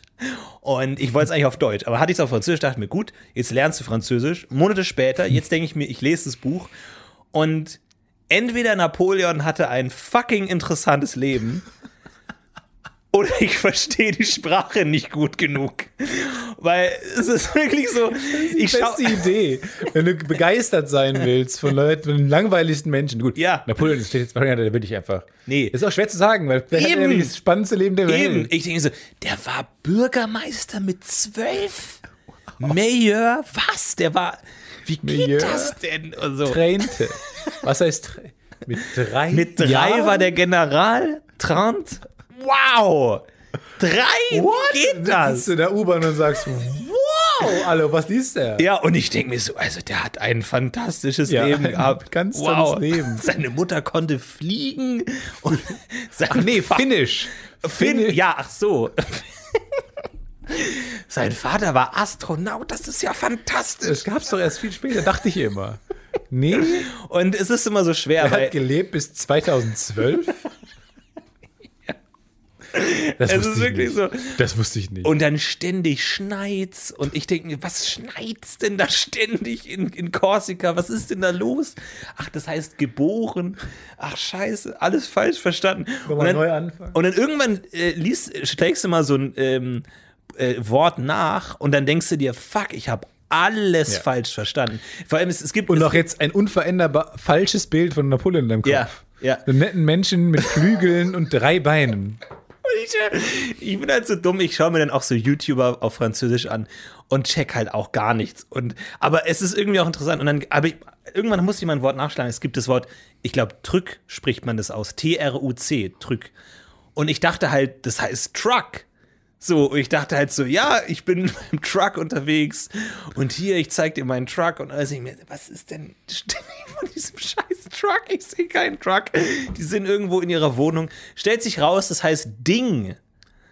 Speaker 3: Und ich wollte es eigentlich auf Deutsch, aber hatte ich es auf Französisch, dachte ich mir, gut, jetzt lernst du Französisch. Monate später, jetzt denke ich mir, ich lese das Buch und entweder Napoleon hatte ein fucking interessantes Leben oder ich verstehe die Sprache nicht gut genug. Weil es ist wirklich so, ich
Speaker 4: die
Speaker 3: schaue.
Speaker 4: beste Idee. Wenn du begeistert sein willst von Leuten, von den langweiligsten Menschen. Gut,
Speaker 3: Ja.
Speaker 4: Napoleon ist jetzt wahrscheinlich der wirklich einfach.
Speaker 3: Nee.
Speaker 4: Ist auch schwer zu sagen, weil der hat
Speaker 3: Eben.
Speaker 4: nämlich das spannendste Leben der Welt.
Speaker 3: Eben, ich denke so, der war Bürgermeister mit zwölf? Mayor? Was? Der war. Wie geht
Speaker 4: Mayor.
Speaker 3: das denn? Und so.
Speaker 4: Tränte. Was heißt Trä- Mit drei?
Speaker 3: Mit drei
Speaker 4: Jahren?
Speaker 3: war der General Trant. Wow! Drei?
Speaker 4: What?
Speaker 3: Wie geht
Speaker 4: Dann
Speaker 3: das?
Speaker 4: sitzt du in der U-Bahn und sagst, wow, hallo, was liest der?
Speaker 3: Ja, und ich denke mir so, also der hat ein fantastisches
Speaker 4: Ja,
Speaker 3: Leben
Speaker 4: ein
Speaker 3: gehabt.
Speaker 4: ganz
Speaker 3: wow.
Speaker 4: tolles Leben.
Speaker 3: Seine Mutter konnte fliegen und sein
Speaker 4: Nee,
Speaker 3: Fa-
Speaker 4: Finnisch.
Speaker 3: Finn. Ja, ach so. sein Vater war Astronaut, das ist ja fantastisch.
Speaker 4: Das gab's doch erst viel später, dachte ich immer. Nee,
Speaker 3: Und es ist immer so schwer,
Speaker 4: er
Speaker 3: weil
Speaker 4: hat gelebt bis 2012. Das
Speaker 3: Es
Speaker 4: wusste
Speaker 3: ist
Speaker 4: ich
Speaker 3: wirklich
Speaker 4: nicht.
Speaker 3: so.
Speaker 4: Das wusste ich nicht.
Speaker 3: und dann ständig schneit's und ich denke mir, was schneit's denn da ständig in, in Korsika? Was ist denn da los? Ach, das heißt geboren. Ach, scheiße, alles falsch verstanden. Und
Speaker 4: Nochmal
Speaker 3: dann,
Speaker 4: neu anfangen.
Speaker 3: Und dann irgendwann äh, liest, schlägst du mal so ein ähm, äh, Wort nach und dann denkst du dir, fuck, ich habe alles
Speaker 4: Ja.
Speaker 3: falsch verstanden. Vor allem, es, es gibt.
Speaker 4: Und
Speaker 3: es,
Speaker 4: noch jetzt ein unveränderbar falsches Bild von Napoleon in deinem Kopf.
Speaker 3: Ja, ja.
Speaker 4: Einen netten Menschen mit Flügeln und drei Beinen.
Speaker 3: ich, ich bin halt so dumm, ich schaue mir dann auch so YouTuber auf Französisch an und check halt auch gar nichts. Und, aber es ist irgendwie auch interessant. Und dann, aber ich, irgendwann muss ich mal ein Wort nachschlagen. Es gibt das Wort, ich glaube, Trück spricht man das aus. T-R-U-C, Trück. Und ich dachte halt, das heißt Truck. So, und ich dachte halt so, ja, ich bin mit meinem Truck unterwegs und hier, ich zeig dir meinen Truck und alles. Ich mir, was ist denn ständig von diesem scheiß Truck? Ich sehe keinen Truck. Die sind irgendwo in ihrer Wohnung. Stellt sich raus, das heißt Ding.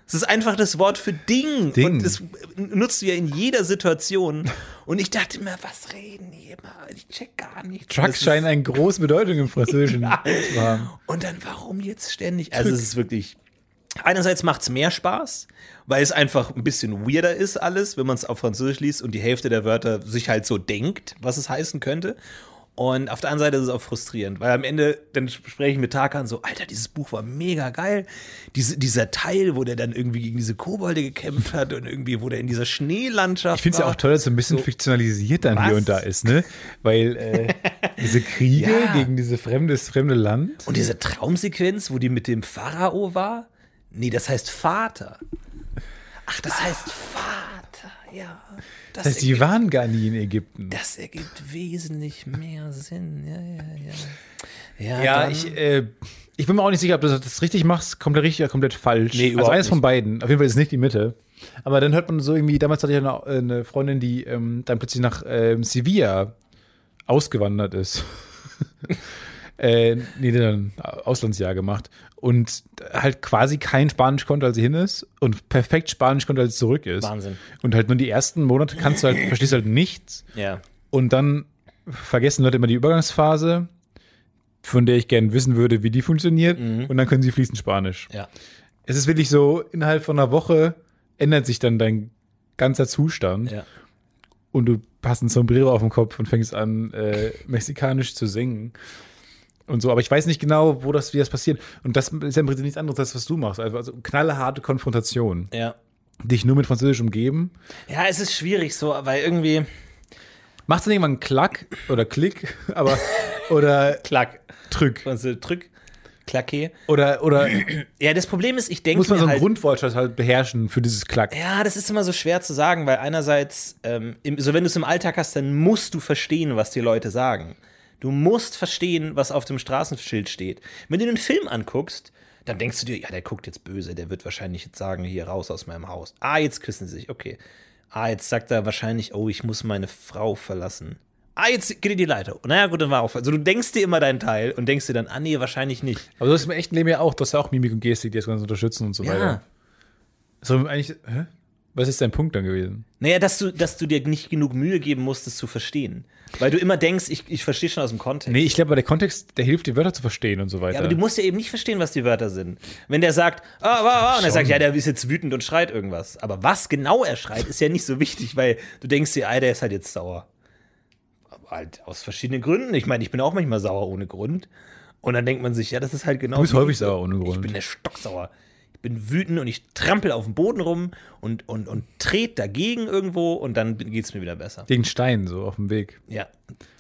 Speaker 3: Es ist einfach das Wort für Ding.
Speaker 4: Ding.
Speaker 3: Und das nutzt du ja in jeder Situation. Und ich dachte mir, was reden die immer? Ich check gar nicht.
Speaker 4: Trucks scheinen eine große Bedeutung im Französischen zu haben.
Speaker 3: Und dann warum jetzt ständig? Also es ist wirklich. Einerseits macht es mehr Spaß, weil es einfach ein bisschen weirder ist alles, wenn man es auf Französisch liest und die Hälfte der Wörter sich halt so denkt, was es heißen könnte. Und auf der anderen Seite ist es auch frustrierend, weil am Ende, dann spreche ich mit Tarkan so, Alter, dieses Buch war mega geil. Diese, dieser Teil, wo der dann irgendwie gegen diese Kobolde gekämpft hat und irgendwie, wo der in dieser Schneelandschaft
Speaker 4: Ich finde es ja
Speaker 3: war.
Speaker 4: auch toll, dass so ein bisschen fiktionalisiert dann hier
Speaker 3: Was?
Speaker 4: und da ist, ne? Weil äh, diese Kriege
Speaker 3: Ja.
Speaker 4: gegen dieses fremde, das fremde Land.
Speaker 3: Und diese Traumsequenz, wo die mit dem Pharao war? Nee, das heißt Vater. Ach, das heißt Vater. ja,
Speaker 4: Das heißt, die waren gar nie in Ägypten.
Speaker 3: das ergibt wesentlich mehr Sinn. Ja, ja, ja.
Speaker 4: Ja,
Speaker 3: dann-
Speaker 4: ich, äh, ich bin mir auch nicht sicher, ob du das richtig machst, komplett richtig oder komplett falsch.
Speaker 3: Nee,
Speaker 4: also
Speaker 3: überhaupt
Speaker 4: eines von
Speaker 3: nicht.
Speaker 4: beiden. Auf jeden Fall ist es nicht die Mitte. Aber dann hört man so irgendwie, damals hatte ich eine, eine Freundin, die ähm, dann plötzlich nach ähm, Sevilla ausgewandert ist. äh, nee, die hat dann ein Auslandsjahr gemacht. Und halt quasi kein Spanisch konnte, als sie hin ist. Und perfekt Spanisch konnte, als sie zurück ist.
Speaker 3: Wahnsinn.
Speaker 4: Und halt nur die ersten Monate kannst du halt, verstehst halt nichts.
Speaker 3: ja.
Speaker 4: Und dann vergessen Leute immer die Übergangsphase, von der ich gerne wissen würde, wie die funktioniert.
Speaker 3: Mhm.
Speaker 4: Und dann können sie fließend Spanisch.
Speaker 3: Ja.
Speaker 4: Es ist wirklich so, innerhalb von einer Woche ändert sich dann dein ganzer Zustand.
Speaker 3: Ja.
Speaker 4: Und du hast ein Sombrero auf dem Kopf und fängst an, äh, mexikanisch zu singen. Und so, aber ich weiß nicht genau, wo das, wie das passiert. Und das ist ja im Prinzip nichts anderes, als was du machst. Also, also knallharte Konfrontation.
Speaker 3: ja.
Speaker 4: Dich nur mit Französisch umgeben.
Speaker 3: Ja, es ist schwierig so, weil irgendwie.
Speaker 4: Macht dann irgendwann einen Klack oder Klick, aber oder
Speaker 3: Klack.
Speaker 4: Trück.
Speaker 3: Also drück, klacke.
Speaker 4: Oder, oder
Speaker 3: Ja, das Problem ist, ich denke.
Speaker 4: muss man
Speaker 3: mir
Speaker 4: so ein
Speaker 3: halt,
Speaker 4: Grundwortschatz halt beherrschen für dieses Klack.
Speaker 3: Ja, das ist immer so schwer zu sagen, weil einerseits, ähm, im, so wenn du es im Alltag hast, dann musst du verstehen, was die Leute sagen. Du musst verstehen, was auf dem Straßenschild steht. Wenn du den Film anguckst, dann denkst du dir, ja, der guckt jetzt böse, der wird wahrscheinlich jetzt sagen, hier raus aus meinem Haus. Ah, jetzt küssen sie sich, okay. Ah, jetzt sagt er wahrscheinlich, oh, ich muss meine Frau verlassen. Ah, jetzt geht dir die Leiter. Naja, gut, dann war auch. Also du denkst dir immer deinen Teil und denkst dir dann, ah, nee, wahrscheinlich nicht.
Speaker 4: Aber so ist im echten Leben ja auch, du hast ja auch Mimik und Gestik, die das Ganze unterstützen und so weiter. So eigentlich, hä? Was ist dein Punkt dann gewesen?
Speaker 3: Naja, dass du, dass du dir nicht genug Mühe geben musst, es zu verstehen. Weil du immer denkst, ich, ich verstehe schon aus dem Kontext.
Speaker 4: Nee, ich glaube, aber der Kontext, der hilft, die Wörter zu verstehen und so weiter.
Speaker 3: Ja, aber du musst ja eben nicht verstehen, was die Wörter sind. Wenn der sagt, ah, ah, ah, und er sagt,
Speaker 4: Schon.
Speaker 3: ja, der ist jetzt wütend und schreit irgendwas. Aber was genau er schreit, ist ja nicht so wichtig, weil du denkst dir, ah, der ist halt jetzt sauer. Aber halt aus verschiedenen Gründen. Ich meine, ich bin auch manchmal sauer ohne Grund. Und dann denkt man sich, ja, das ist halt genau.
Speaker 4: Du bist
Speaker 3: wie-
Speaker 4: häufig sauer ohne
Speaker 3: Ich
Speaker 4: Grund.
Speaker 3: bin der Stocksauer. Ich bin wütend und ich trampel auf dem Boden rum und, und, und trete dagegen irgendwo und dann geht es mir wieder besser.
Speaker 4: Gegen Stein, so auf dem Weg.
Speaker 3: Ja,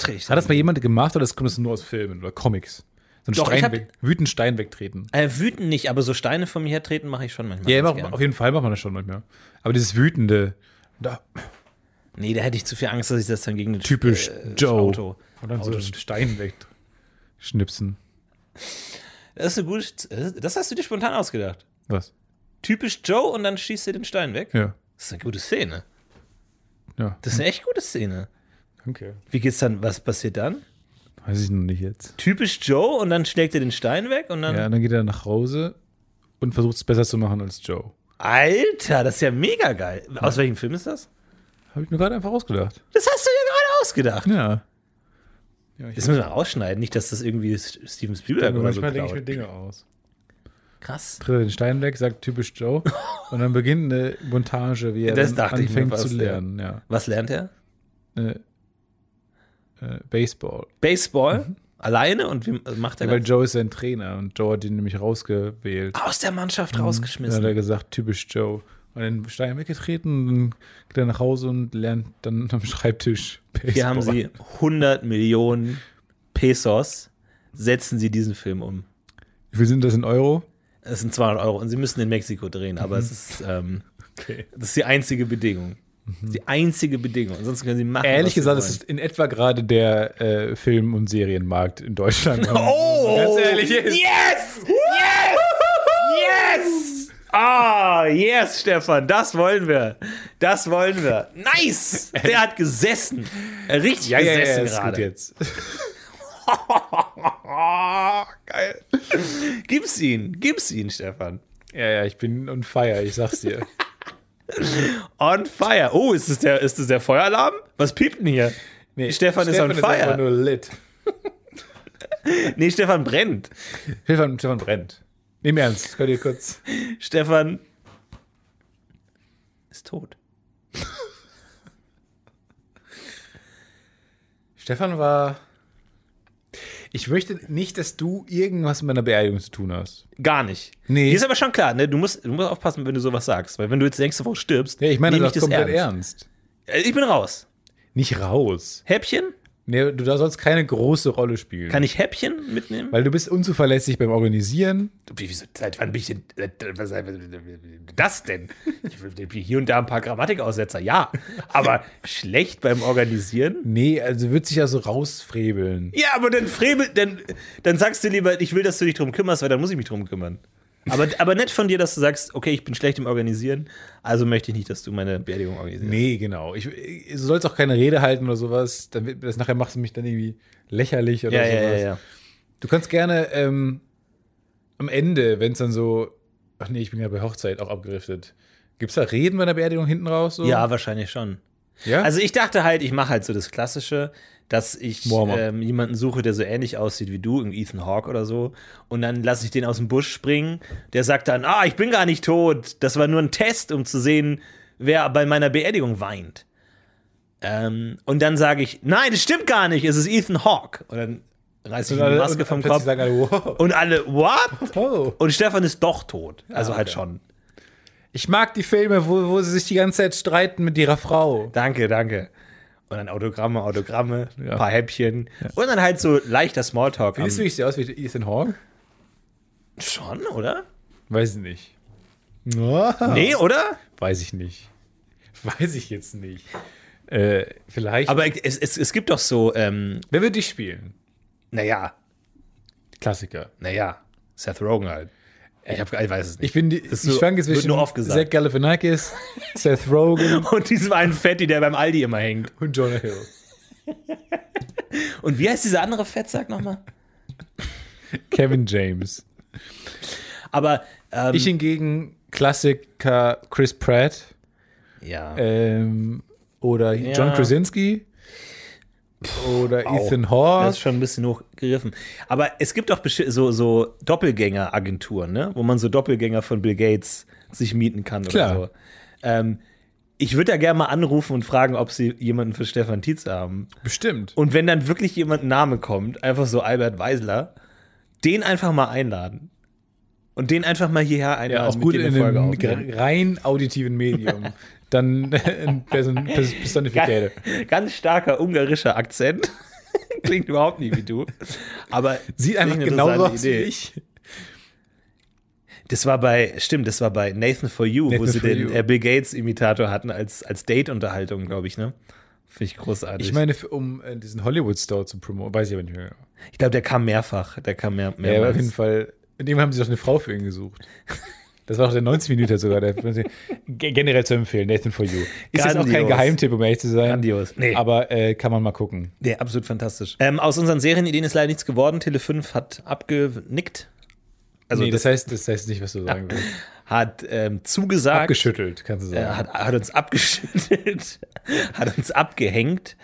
Speaker 3: ich
Speaker 4: Hat das mal jemand gemacht oder das kommt das nur aus Filmen oder Comics? So ein
Speaker 3: Doch, ich
Speaker 4: Stein
Speaker 3: hab-
Speaker 4: weg, wütend Stein wegtreten.
Speaker 3: äh, wütend nicht, aber so Steine von mir hertreten mache ich schon manchmal.
Speaker 4: Ja,
Speaker 3: ganz
Speaker 4: immer,
Speaker 3: gern.
Speaker 4: auf jeden Fall macht man das schon manchmal. Aber dieses wütende, da,
Speaker 3: Nee, da hätte ich zu viel Angst, dass ich das dann gegen den
Speaker 4: typisch
Speaker 3: äh,
Speaker 4: Joe.
Speaker 3: Auto.
Speaker 4: Und dann so einen Stein wegschnipsen.
Speaker 3: Das ist eine gute. äh, Das hast du dir spontan ausgedacht.
Speaker 4: Was?
Speaker 3: Typisch Joe und dann schießt er den Stein weg.
Speaker 4: Ja.
Speaker 3: Das ist eine gute Szene.
Speaker 4: Ja.
Speaker 3: Das ist eine echt gute Szene.
Speaker 4: Danke.
Speaker 3: Wie geht's dann? Was passiert dann?
Speaker 4: Weiß ich noch nicht jetzt.
Speaker 3: Typisch Joe und dann schlägt er den Stein weg und dann.
Speaker 4: Ja, dann geht er nach Hause und versucht es besser zu machen als Joe.
Speaker 3: Alter, das ist ja mega geil. Aus welchem Film ist das?
Speaker 4: Habe ich mir gerade einfach ausgedacht.
Speaker 3: Das hast du dir gerade ausgedacht.
Speaker 4: Ja.
Speaker 3: Das müssen wir rausschneiden, nicht, dass das irgendwie Steven Spielberg oder so
Speaker 4: manchmal denke ich mir
Speaker 3: klaut.
Speaker 4: Dinge aus.
Speaker 3: Krass.
Speaker 4: Tritt er den Stein weg, sagt typisch Joe. und dann beginnt eine Montage, wie er
Speaker 3: Das
Speaker 4: dann
Speaker 3: dachte ich mir
Speaker 4: anfängt
Speaker 3: fast,
Speaker 4: zu
Speaker 3: ja.
Speaker 4: lernen. Ja.
Speaker 3: Was lernt er?
Speaker 4: Äh, äh, Baseball.
Speaker 3: Baseball? Alleine? Und wie macht er
Speaker 4: Mhm. Ja, weil
Speaker 3: das?
Speaker 4: Joe ist sein Trainer und Joe hat ihn nämlich rausgewählt.
Speaker 3: Aus der Mannschaft
Speaker 4: Mhm. Dann hat
Speaker 3: rausgeschmissen.
Speaker 4: er gesagt, typisch Joe. Und den Stein weggetreten, dann geht er nach Hause und lernt dann am Schreibtisch Baseball.
Speaker 3: Hier haben sie 100 Millionen Pesos. Setzen sie diesen Film um.
Speaker 4: Wie viel sind das in Euro?
Speaker 3: Es sind 200 Euro und sie müssen in Mexiko drehen, aber es ist, ähm,
Speaker 4: Mhm. Okay. Mhm.
Speaker 3: das ist die einzige Bedingung. Die einzige Bedingung. Ansonsten können sie machen.
Speaker 4: Ehrlich
Speaker 3: was sie
Speaker 4: gesagt,
Speaker 3: wollen.
Speaker 4: es ist in etwa gerade der äh, Film- und Serienmarkt in Deutschland.
Speaker 3: Oh!
Speaker 4: Ganz ehrlich ist.
Speaker 3: Yes! Yes! Yes! Ah, yes, Stefan, das wollen wir. Das wollen wir. Nice! Der hat gesessen. Richtig
Speaker 4: Ja, ja, ja,
Speaker 3: gesessen
Speaker 4: ist gut
Speaker 3: gerade.
Speaker 4: jetzt.
Speaker 3: Geil. Gib's ihn, gib's ihn, Stefan.
Speaker 4: Ja, ja, ich bin on fire, ich sag's dir.
Speaker 3: On fire. Oh, ist das der, ist das der Feueralarm? Was piept denn hier?
Speaker 4: Nee,
Speaker 3: Stefan ist on fire.
Speaker 4: einfach nur lit.
Speaker 3: Nee, Stefan brennt.
Speaker 4: Stefan, Stefan brennt. Nimm ernst, könnt ihr kurz.
Speaker 3: Stefan ist tot.
Speaker 4: Stefan war. Ich möchte nicht, dass du irgendwas mit meiner Beerdigung zu tun hast.
Speaker 3: Gar nicht.
Speaker 4: Nee.
Speaker 3: Hier ist aber schon klar, ne? Du musst, du musst aufpassen, wenn du sowas sagst. Weil wenn du jetzt nächste Woche stirbst,
Speaker 4: Ja, ich meine
Speaker 3: nehm
Speaker 4: das komplett
Speaker 3: ernst.
Speaker 4: ernst.
Speaker 3: Äh, Ich bin raus.
Speaker 4: Nicht raus.
Speaker 3: Häppchen?
Speaker 4: Nee, du da sollst keine große Rolle spielen.
Speaker 3: Kann ich Häppchen mitnehmen?
Speaker 4: weil du bist unzuverlässig beim Organisieren.
Speaker 3: Wie- Wieso, seit wann bin ich denn. äh, was- Das denn? Ich hab hier und da ein paar Grammatikaussetzer, ja. Aber schlecht beim Organisieren?
Speaker 4: Nee, also wird sich ja so rausfrebeln.
Speaker 3: Ja, aber dann Frevel, dann, dann sagst du lieber, ich will, dass du dich drum kümmerst, weil dann muss ich mich drum kümmern. Aber, aber nett von dir, dass du sagst, okay, ich bin schlecht im Organisieren, also möchte ich nicht, dass du meine Beerdigung organisierst.
Speaker 4: Nee, genau. Ich, ich- du sollst auch keine Rede halten oder sowas. Dann wird, das nachher machst du mich dann irgendwie lächerlich oder
Speaker 3: Ja,
Speaker 4: sowas.
Speaker 3: ja, ja, ja.
Speaker 4: Du kannst gerne ähm, am Ende, wenn es dann so, ach nee, ich bin ja bei Hochzeit auch abgedriftet. Gibt es da Reden bei der Beerdigung hinten raus? So?
Speaker 3: Ja, wahrscheinlich schon.
Speaker 4: ja?
Speaker 3: Also ich dachte halt, ich mache halt so das Klassische, dass ich
Speaker 4: Warm-up.
Speaker 3: ähm, jemanden suche, der so ähnlich aussieht wie du, irgendwie Ethan Hawke oder so. Und dann lasse ich den aus dem Busch springen. Der sagt dann, ah, ich bin gar nicht tot. Das war nur ein Test, um zu sehen, wer bei meiner Beerdigung weint. Ähm, und dann sage ich, nein, das stimmt gar nicht, es ist Ethan Hawke. Und dann reiße ich
Speaker 4: Und
Speaker 3: die
Speaker 4: alle-
Speaker 3: Maske
Speaker 4: und
Speaker 3: vom
Speaker 4: plötzlich
Speaker 3: Kopf.
Speaker 4: Sagen alle, wow.
Speaker 3: Und alle, what?
Speaker 4: Oh.
Speaker 3: Und Stefan ist doch tot. Also halt
Speaker 4: okay.
Speaker 3: schon.
Speaker 4: Ich mag die Filme, wo, wo sie sich die ganze Zeit streiten mit ihrer Frau.
Speaker 3: Danke, danke. Und dann Autogramme, Autogramme,
Speaker 4: Ja.
Speaker 3: ein paar Häppchen. Und dann halt so leichter Smalltalk.
Speaker 4: Siehst du,
Speaker 3: am-
Speaker 4: ich sehe aus wie Ethan Hawke?
Speaker 3: schon, oder?
Speaker 4: Weiß ich nicht.
Speaker 3: Nee, oder?
Speaker 4: Weiß ich nicht. Weiß ich jetzt nicht. Äh, vielleicht.
Speaker 3: Aber es, es, es gibt doch so, ähm,
Speaker 4: wer wird dich spielen?
Speaker 3: naja,
Speaker 4: Klassiker.
Speaker 3: naja, Seth Rogen halt. Ich, hab, ich weiß es nicht.
Speaker 4: Ich bin die,
Speaker 3: Das ist
Speaker 4: ich
Speaker 3: so-
Speaker 4: schwanke
Speaker 3: wird
Speaker 4: zwischen
Speaker 3: nur oft gesagt.
Speaker 4: Zach Galifianakis, Seth Rogen
Speaker 3: Und diesen einen Fetti, der beim Aldi immer hängt.
Speaker 4: und Jonah Hill.
Speaker 3: Und wie heißt dieser andere Fettsack nochmal?
Speaker 4: Kevin James.
Speaker 3: Aber, ähm,
Speaker 4: Ich hingegen Klassiker Chris Pratt
Speaker 3: ja.
Speaker 4: ähm, oder John Krasinski oder Ethan
Speaker 3: Das ist
Speaker 4: Hawke.
Speaker 3: schon ein bisschen hochgegriffen. Aber es gibt auch beschi- so, so Doppelgänger-Agenturen, ne? wo man so Doppelgänger von Bill Gates sich mieten kann
Speaker 4: Klar.
Speaker 3: oder so. Ähm, ich würde da gerne mal anrufen und fragen, ob sie jemanden für Stefan Tietz haben.
Speaker 4: Bestimmt.
Speaker 3: Und wenn dann wirklich jemand ein Name kommt, einfach so Albert Weisler, den einfach mal einladen. Und den einfach mal hierher einladen.
Speaker 4: Ja, auch
Speaker 3: mit
Speaker 4: gut
Speaker 3: dem wir
Speaker 4: in
Speaker 3: Folge
Speaker 4: einem
Speaker 3: aufnehmen.
Speaker 4: gre- rein auditiven Medium. Dann äh, ein Person, Pers- Personificator.
Speaker 3: Ganz starker ungarischer Akzent. Klingt überhaupt nicht wie du. Aber finde
Speaker 4: Sieht
Speaker 3: ich
Speaker 4: einfach
Speaker 3: eine
Speaker 4: genauso
Speaker 3: interessante
Speaker 4: aus wie
Speaker 3: Idee.
Speaker 4: ich.
Speaker 3: Das war bei, stimmt, das war bei Nathan for You, wo
Speaker 4: Nathan
Speaker 3: sie
Speaker 4: for You.
Speaker 3: den äh, Bill Gates-Imitator hatten als, als Date-Unterhaltung, glaube ich, ne? Finde ich großartig.
Speaker 4: Ich meine, für- um äh, diesen Hollywood-Store zu promoten, weiß ich aber nicht mehr. genau.
Speaker 3: ich glaube, der kam mehrfach. Der kam mehr,
Speaker 4: Ja, aber auf jeden
Speaker 3: mehrmals.
Speaker 4: Fall. In dem haben sie doch eine Frau für ihn gesucht. Das war doch der 90 Minuten sogar. Der, Ge- generell zu empfehlen, Nathan for You. Ist jetzt auch kein
Speaker 3: Grandios.
Speaker 4: Geheimtipp, um ehrlich zu sein.
Speaker 3: Grandios. Nee.
Speaker 4: Aber äh, kann man mal gucken.
Speaker 3: der absolut fantastisch. Ähm, aus unseren Serienideen ist leider nichts geworden. Tele 5 hat abgenickt. Also
Speaker 4: nee, das heißt, das heißt nicht, was du sagen willst.
Speaker 3: hat ähm, zugesagt.
Speaker 4: Abgeschüttelt, kannst du
Speaker 3: äh,
Speaker 4: sagen.
Speaker 3: hat, hat uns abgeschüttelt. hat uns abgehängt.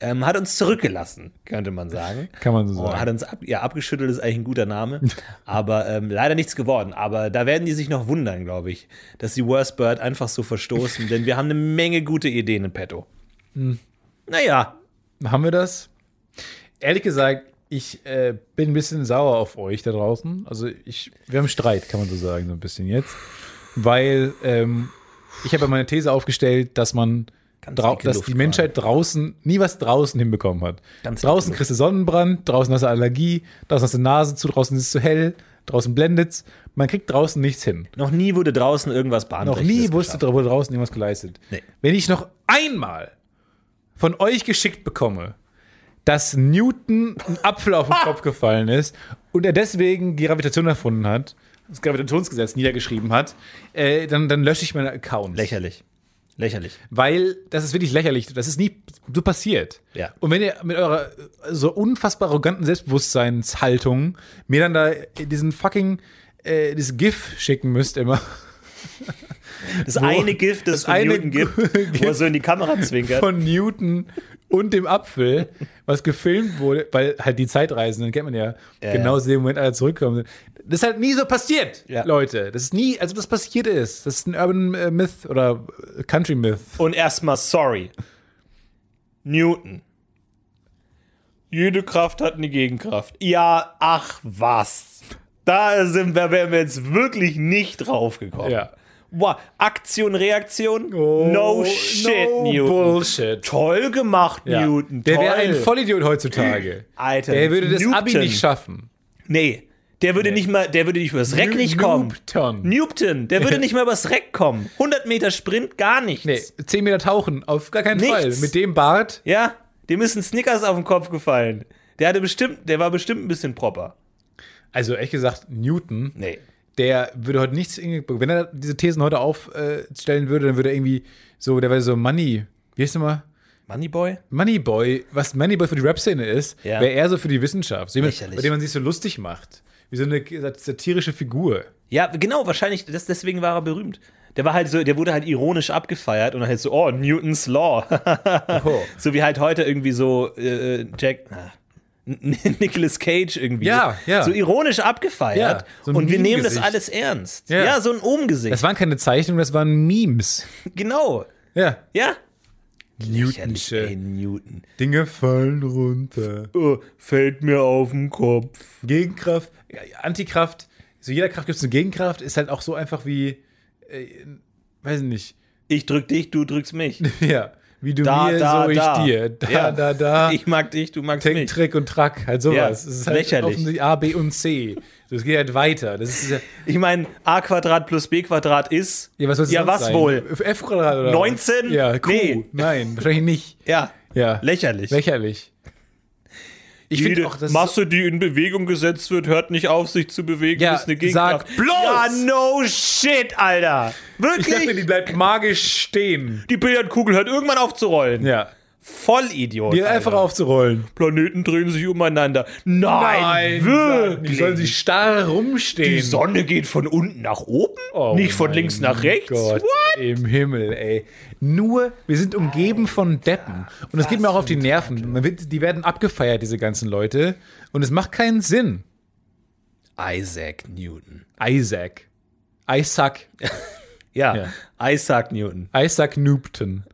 Speaker 3: Ähm, hat uns zurückgelassen, könnte man sagen.
Speaker 4: Kann man so
Speaker 3: Oh,
Speaker 4: sagen.
Speaker 3: hat uns ab, ja, abgeschüttelt ist eigentlich ein guter Name, aber ähm, leider nichts geworden. Aber da werden die sich noch wundern, glaube ich, dass die Worst Bird einfach so verstoßen, denn wir haben eine Menge gute Ideen in petto.
Speaker 4: Hm.
Speaker 3: Naja,
Speaker 4: Haben wir das? Ehrlich gesagt, ich äh, bin ein bisschen sauer auf euch da draußen. Also ich, wir haben Streit, kann man so sagen, so ein bisschen jetzt. Weil ähm, ich habe ja meine These aufgestellt, dass man
Speaker 3: Ganz
Speaker 4: drau-
Speaker 3: dicke
Speaker 4: dass
Speaker 3: Luft
Speaker 4: die Menschheit draußen nie was draußen hinbekommen hat.
Speaker 3: Ganz dicke
Speaker 4: draußen
Speaker 3: Luft.
Speaker 4: kriegst du Sonnenbrand, draußen hast du Allergie, draußen hast du Nase zu, draußen ist es zu hell, draußen blendet's. Man kriegt draußen nichts hin.
Speaker 3: noch nie wurde draußen irgendwas
Speaker 4: Noch
Speaker 3: beantwortet.
Speaker 4: nie wusste dra- wurde draußen irgendwas geleistet.
Speaker 3: Nee.
Speaker 4: Wenn ich noch einmal von euch geschickt bekomme, dass Newton ein Apfel auf den Kopf gefallen ist und er deswegen die Gravitation erfunden hat, das Gravitationsgesetz niedergeschrieben hat, äh, dann, dann lösche ich meinen Account.
Speaker 3: Lächerlich. Lächerlich.
Speaker 4: Weil das ist wirklich lächerlich. Das ist nie so passiert.
Speaker 3: Ja.
Speaker 4: Und wenn ihr mit eurer äh, so unfassbar arroganten Selbstbewusstseinshaltung mir dann da diesen fucking äh, dieses GIF schicken müsst immer.
Speaker 3: Das eine Gift, das, es von
Speaker 4: eine
Speaker 3: Newton gibt, wo er so in die Kamera zwinkert.
Speaker 4: von Newton und dem Apfel, was gefilmt wurde, weil halt die Zeitreisenden, kennt man ja, genau in dem Moment alle zurückkommen sind. Das ist halt nie so passiert,
Speaker 3: Ja.
Speaker 4: Leute. Das ist nie, als ob das passiert ist. Das ist ein Urban äh, Myth oder äh, Country Myth.
Speaker 3: Und erstmal sorry. Newton. Jede Kraft hat eine Gegenkraft. Ja, ach was. Da sind wir, wären wir jetzt wirklich nicht draufgekommen.
Speaker 4: Ja.
Speaker 3: Boah, Aktion, Reaktion.
Speaker 4: Oh,
Speaker 3: no shit,
Speaker 4: no
Speaker 3: Newton.
Speaker 4: Bullshit.
Speaker 3: Toll gemacht,
Speaker 4: Ja.
Speaker 3: Newton.
Speaker 4: Der wäre
Speaker 3: toll.
Speaker 4: ein Vollidiot heutzutage.
Speaker 3: Alter,
Speaker 4: Der würde das Abi
Speaker 3: Newton.
Speaker 4: nicht schaffen.
Speaker 3: Nee, der würde nicht mal, der würde nicht übers Reck
Speaker 4: Nu-
Speaker 3: nicht kommen.
Speaker 4: Newton.
Speaker 3: Newton, der würde nicht mal übers Reck kommen. 100 Meter Sprint, gar nichts.
Speaker 4: Nee, 10 Meter tauchen, auf gar keinen
Speaker 3: Nichts.
Speaker 4: Fall. Mit dem Bart.
Speaker 3: Ja, dem ist ein Snickers auf den Kopf gefallen. Der hatte bestimmt, der war bestimmt ein bisschen proper.
Speaker 4: Also ehrlich gesagt, Newton,
Speaker 3: Nee.
Speaker 4: der würde heute nichts, irgendwie- wenn er diese Thesen heute aufstellen würde, dann würde er irgendwie so, der wäre so Money, wie heißt der mal?
Speaker 3: Moneyboy?
Speaker 4: Moneyboy, was Moneyboy für die Rap-Szene ist,
Speaker 3: Ja.
Speaker 4: wäre eher so für die Wissenschaft. So jemand,
Speaker 3: Lächerlich.
Speaker 4: bei dem man sich so lustig macht. Wie so eine satirische Figur.
Speaker 3: Ja, genau, wahrscheinlich, das, deswegen war er berühmt. Der war halt so, der wurde halt ironisch abgefeiert und dann halt so, oh, Newtons Law.
Speaker 4: Oh.
Speaker 3: so wie halt heute irgendwie so äh, Jack. Na, N- Nicolas Cage irgendwie.
Speaker 4: Ja, ja.
Speaker 3: So ironisch abgefeiert.
Speaker 4: Ja, so ein
Speaker 3: und wir nehmen das
Speaker 4: Meme-Gesicht.
Speaker 3: alles ernst. Ja,
Speaker 4: Ja.
Speaker 3: so ein Ohmgesicht.
Speaker 4: Das waren keine Zeichnungen, das waren Memes.
Speaker 3: Genau.
Speaker 4: Ja.
Speaker 3: Ja. Lächerlich, ey,
Speaker 4: Newtonsche
Speaker 3: Newton.
Speaker 4: Dinge fallen runter.
Speaker 3: Oh, fällt mir auf den Kopf.
Speaker 4: Gegenkraft, ja, Antikraft, so jeder Kraft gibt es eine Gegenkraft, ist halt auch so einfach wie, äh, weiß ich nicht,
Speaker 3: Ich drück dich, du drückst mich.
Speaker 4: ja, wie du
Speaker 3: Da,
Speaker 4: mir,
Speaker 3: da,
Speaker 4: so ich
Speaker 3: da.
Speaker 4: dir, da,
Speaker 3: Ja.
Speaker 4: da, da,
Speaker 3: Ich mag dich, du magst
Speaker 4: Tick,
Speaker 3: mich.
Speaker 4: Trick und Track, halt sowas.
Speaker 3: Ja,
Speaker 4: es ist halt
Speaker 3: lächerlich.
Speaker 4: offensichtlich A, B und C. So, es geht halt weiter. Das ist ja,
Speaker 3: Ich meine, a Quadrat plus b Quadrat ist.
Speaker 4: ja was, soll's
Speaker 3: ja,
Speaker 4: sonst
Speaker 3: was
Speaker 4: sein?
Speaker 3: wohl?
Speaker 4: F Quadrat oder was?
Speaker 3: 19?
Speaker 4: Ja, Q.
Speaker 3: Nee.
Speaker 4: Nein, wahrscheinlich nicht.
Speaker 3: Ja.
Speaker 4: Ja.
Speaker 3: Lächerlich.
Speaker 4: Lächerlich. Ich finde
Speaker 3: Jede
Speaker 4: auch, das
Speaker 3: Masse, die in Bewegung gesetzt wird, hört nicht auf, sich zu bewegen.
Speaker 4: Ja,
Speaker 3: ist eine Gegenkraft.
Speaker 4: sag bloß!
Speaker 3: Ja, no shit, Alter.
Speaker 4: ich
Speaker 3: Wirklich?
Speaker 4: dachte, die bleibt magisch stehen.
Speaker 3: die Billardkugel hört irgendwann auf zu rollen.
Speaker 4: Ja.
Speaker 3: Vollidiot.
Speaker 4: Die einfach aufzurollen.
Speaker 3: Planeten drehen sich umeinander. Nein, wirklich.
Speaker 4: Die sollen sich starr rumstehen.
Speaker 3: die Sonne geht von unten nach oben,
Speaker 4: Oh
Speaker 3: nicht von
Speaker 4: mein
Speaker 3: links nach rechts.
Speaker 4: Gott,
Speaker 3: What?
Speaker 4: Im Himmel, ey. Nur, wir sind umgeben von Deppen. Und das geht mir auch auf die Nerven. Man wird, die werden abgefeiert, diese ganzen Leute. Und es macht keinen Sinn.
Speaker 3: Isaac Newton.
Speaker 4: Isaac. Isaac.
Speaker 3: Ja, Isaac Newton.
Speaker 4: Isaac Newton.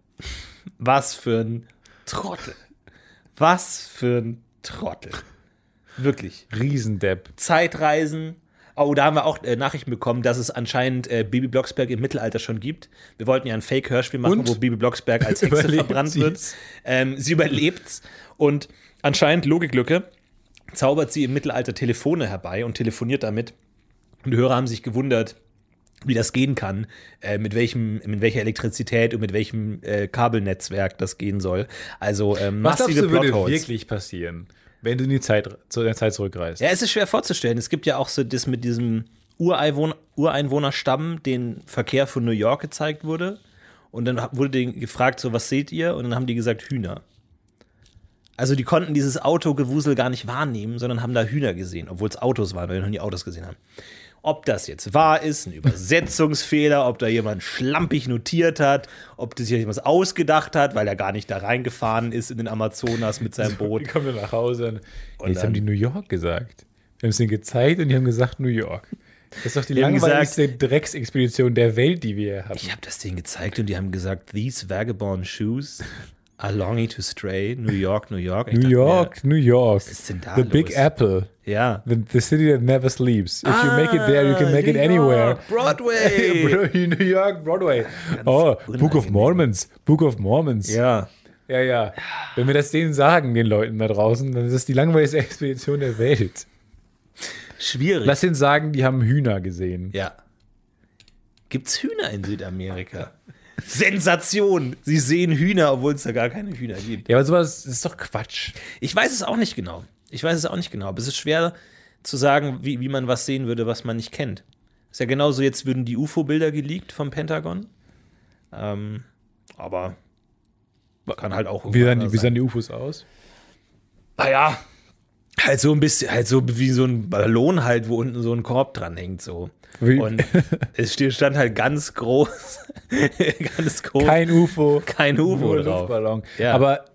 Speaker 3: Was für ein Trottel. Was für ein Trottel. Wirklich.
Speaker 4: Riesendepp.
Speaker 3: Zeitreisen. Oh, da haben wir auch äh, Nachrichten bekommen, dass es anscheinend äh, Bibi Blocksberg im Mittelalter schon gibt. Wir wollten ja ein Fake-Hörspiel machen,
Speaker 4: Und?
Speaker 3: wo Bibi Blocksberg als Hexe
Speaker 4: Überlebt
Speaker 3: verbrannt
Speaker 4: sie's?
Speaker 3: wird. Ähm, sie überlebt's und anscheinend Logiklücke zaubert sie im Mittelalter Telefone herbei und telefoniert damit. Und die Hörer haben sich gewundert, wie das gehen kann, äh, mit welchem, mit welcher Elektrizität und mit welchem äh, Kabelnetzwerk das gehen soll. Also ähm,
Speaker 4: Was glaubst
Speaker 3: massive
Speaker 4: du, würde
Speaker 3: Plotholes.
Speaker 4: wirklich passieren, wenn du in die Zeit, zu der Zeit zurückreist?
Speaker 3: Ja, es ist schwer vorzustellen. Es gibt ja auch so das mit diesem Ureinwohn Ureinwohnerstamm, den Verkehr von New York gezeigt wurde. Und dann ha- wurde denen gefragt, so, was seht ihr? Und dann haben die gesagt, Hühner. Also die konnten dieses Autogewusel gar nicht wahrnehmen, sondern haben da Hühner gesehen, obwohl es Autos waren, weil wir noch nie Autos gesehen haben. Ob das jetzt wahr ist, ein Übersetzungsfehler, ob da jemand schlampig notiert hat, ob das hier jemand ausgedacht hat, weil er gar nicht da reingefahren ist in den Amazonas mit seinem Boot.
Speaker 4: Die kommen dann nach Hause und,
Speaker 3: Und
Speaker 4: jetzt
Speaker 3: dann-
Speaker 4: haben die New York gesagt. Wir haben es denen gezeigt und die haben gesagt New York. Das ist doch die,
Speaker 3: Die haben
Speaker 4: langweiligste Drecksexpedition der Welt, die wir haben.
Speaker 3: Ich habe das denen gezeigt und die haben gesagt, these vagabond shoes are longing to stray, New York, New York. Ich
Speaker 4: New
Speaker 3: dachte
Speaker 4: York, New York.
Speaker 3: ist denn da
Speaker 4: the
Speaker 3: los?
Speaker 4: Big Apple.
Speaker 3: Mir, ja.
Speaker 4: The, the city that never sleeps. If you make it there, you can make
Speaker 3: Ah, New
Speaker 4: it anywhere.
Speaker 3: York, Broadway.
Speaker 4: Bro- New York, Broadway. Oh, Book of
Speaker 3: unangenehm.
Speaker 4: Mormons. Book of Mormons.
Speaker 3: ja.
Speaker 4: ja, ja. Wenn wir das denen sagen, den Leuten da draußen, dann ist das die langweiligste Expedition der Welt.
Speaker 3: Schwierig.
Speaker 4: Lass denen sagen, die haben Hühner gesehen.
Speaker 3: ja. Gibt's Hühner in Südamerika? Sensation! Sie sehen Hühner, obwohl es da gar keine Hühner gibt.
Speaker 4: Ja, aber sowas das ist doch Quatsch.
Speaker 3: Ich weiß es auch nicht genau. Ich weiß es auch nicht genau. Aber es ist schwer zu sagen, wie, wie man was sehen würde, was man nicht kennt. Ist ja genauso, jetzt würden die UFO-Bilder geleakt vom Pentagon. Ähm, aber kann halt auch.
Speaker 4: Wie
Speaker 3: irgendwann
Speaker 4: sahen, die,
Speaker 3: anders
Speaker 4: wie
Speaker 3: sein.
Speaker 4: sahen die UFOs aus?
Speaker 3: Naja, halt so ein bisschen, halt so wie so ein Ballon halt, wo unten so ein Korb dran hängt, so.
Speaker 4: Wie-
Speaker 3: Und es ste- stand halt ganz groß, ganz groß,
Speaker 4: Kein UFO.
Speaker 3: kein UFO
Speaker 4: Nur
Speaker 3: drauf.
Speaker 4: Luftballon.
Speaker 3: Ja.
Speaker 4: Aber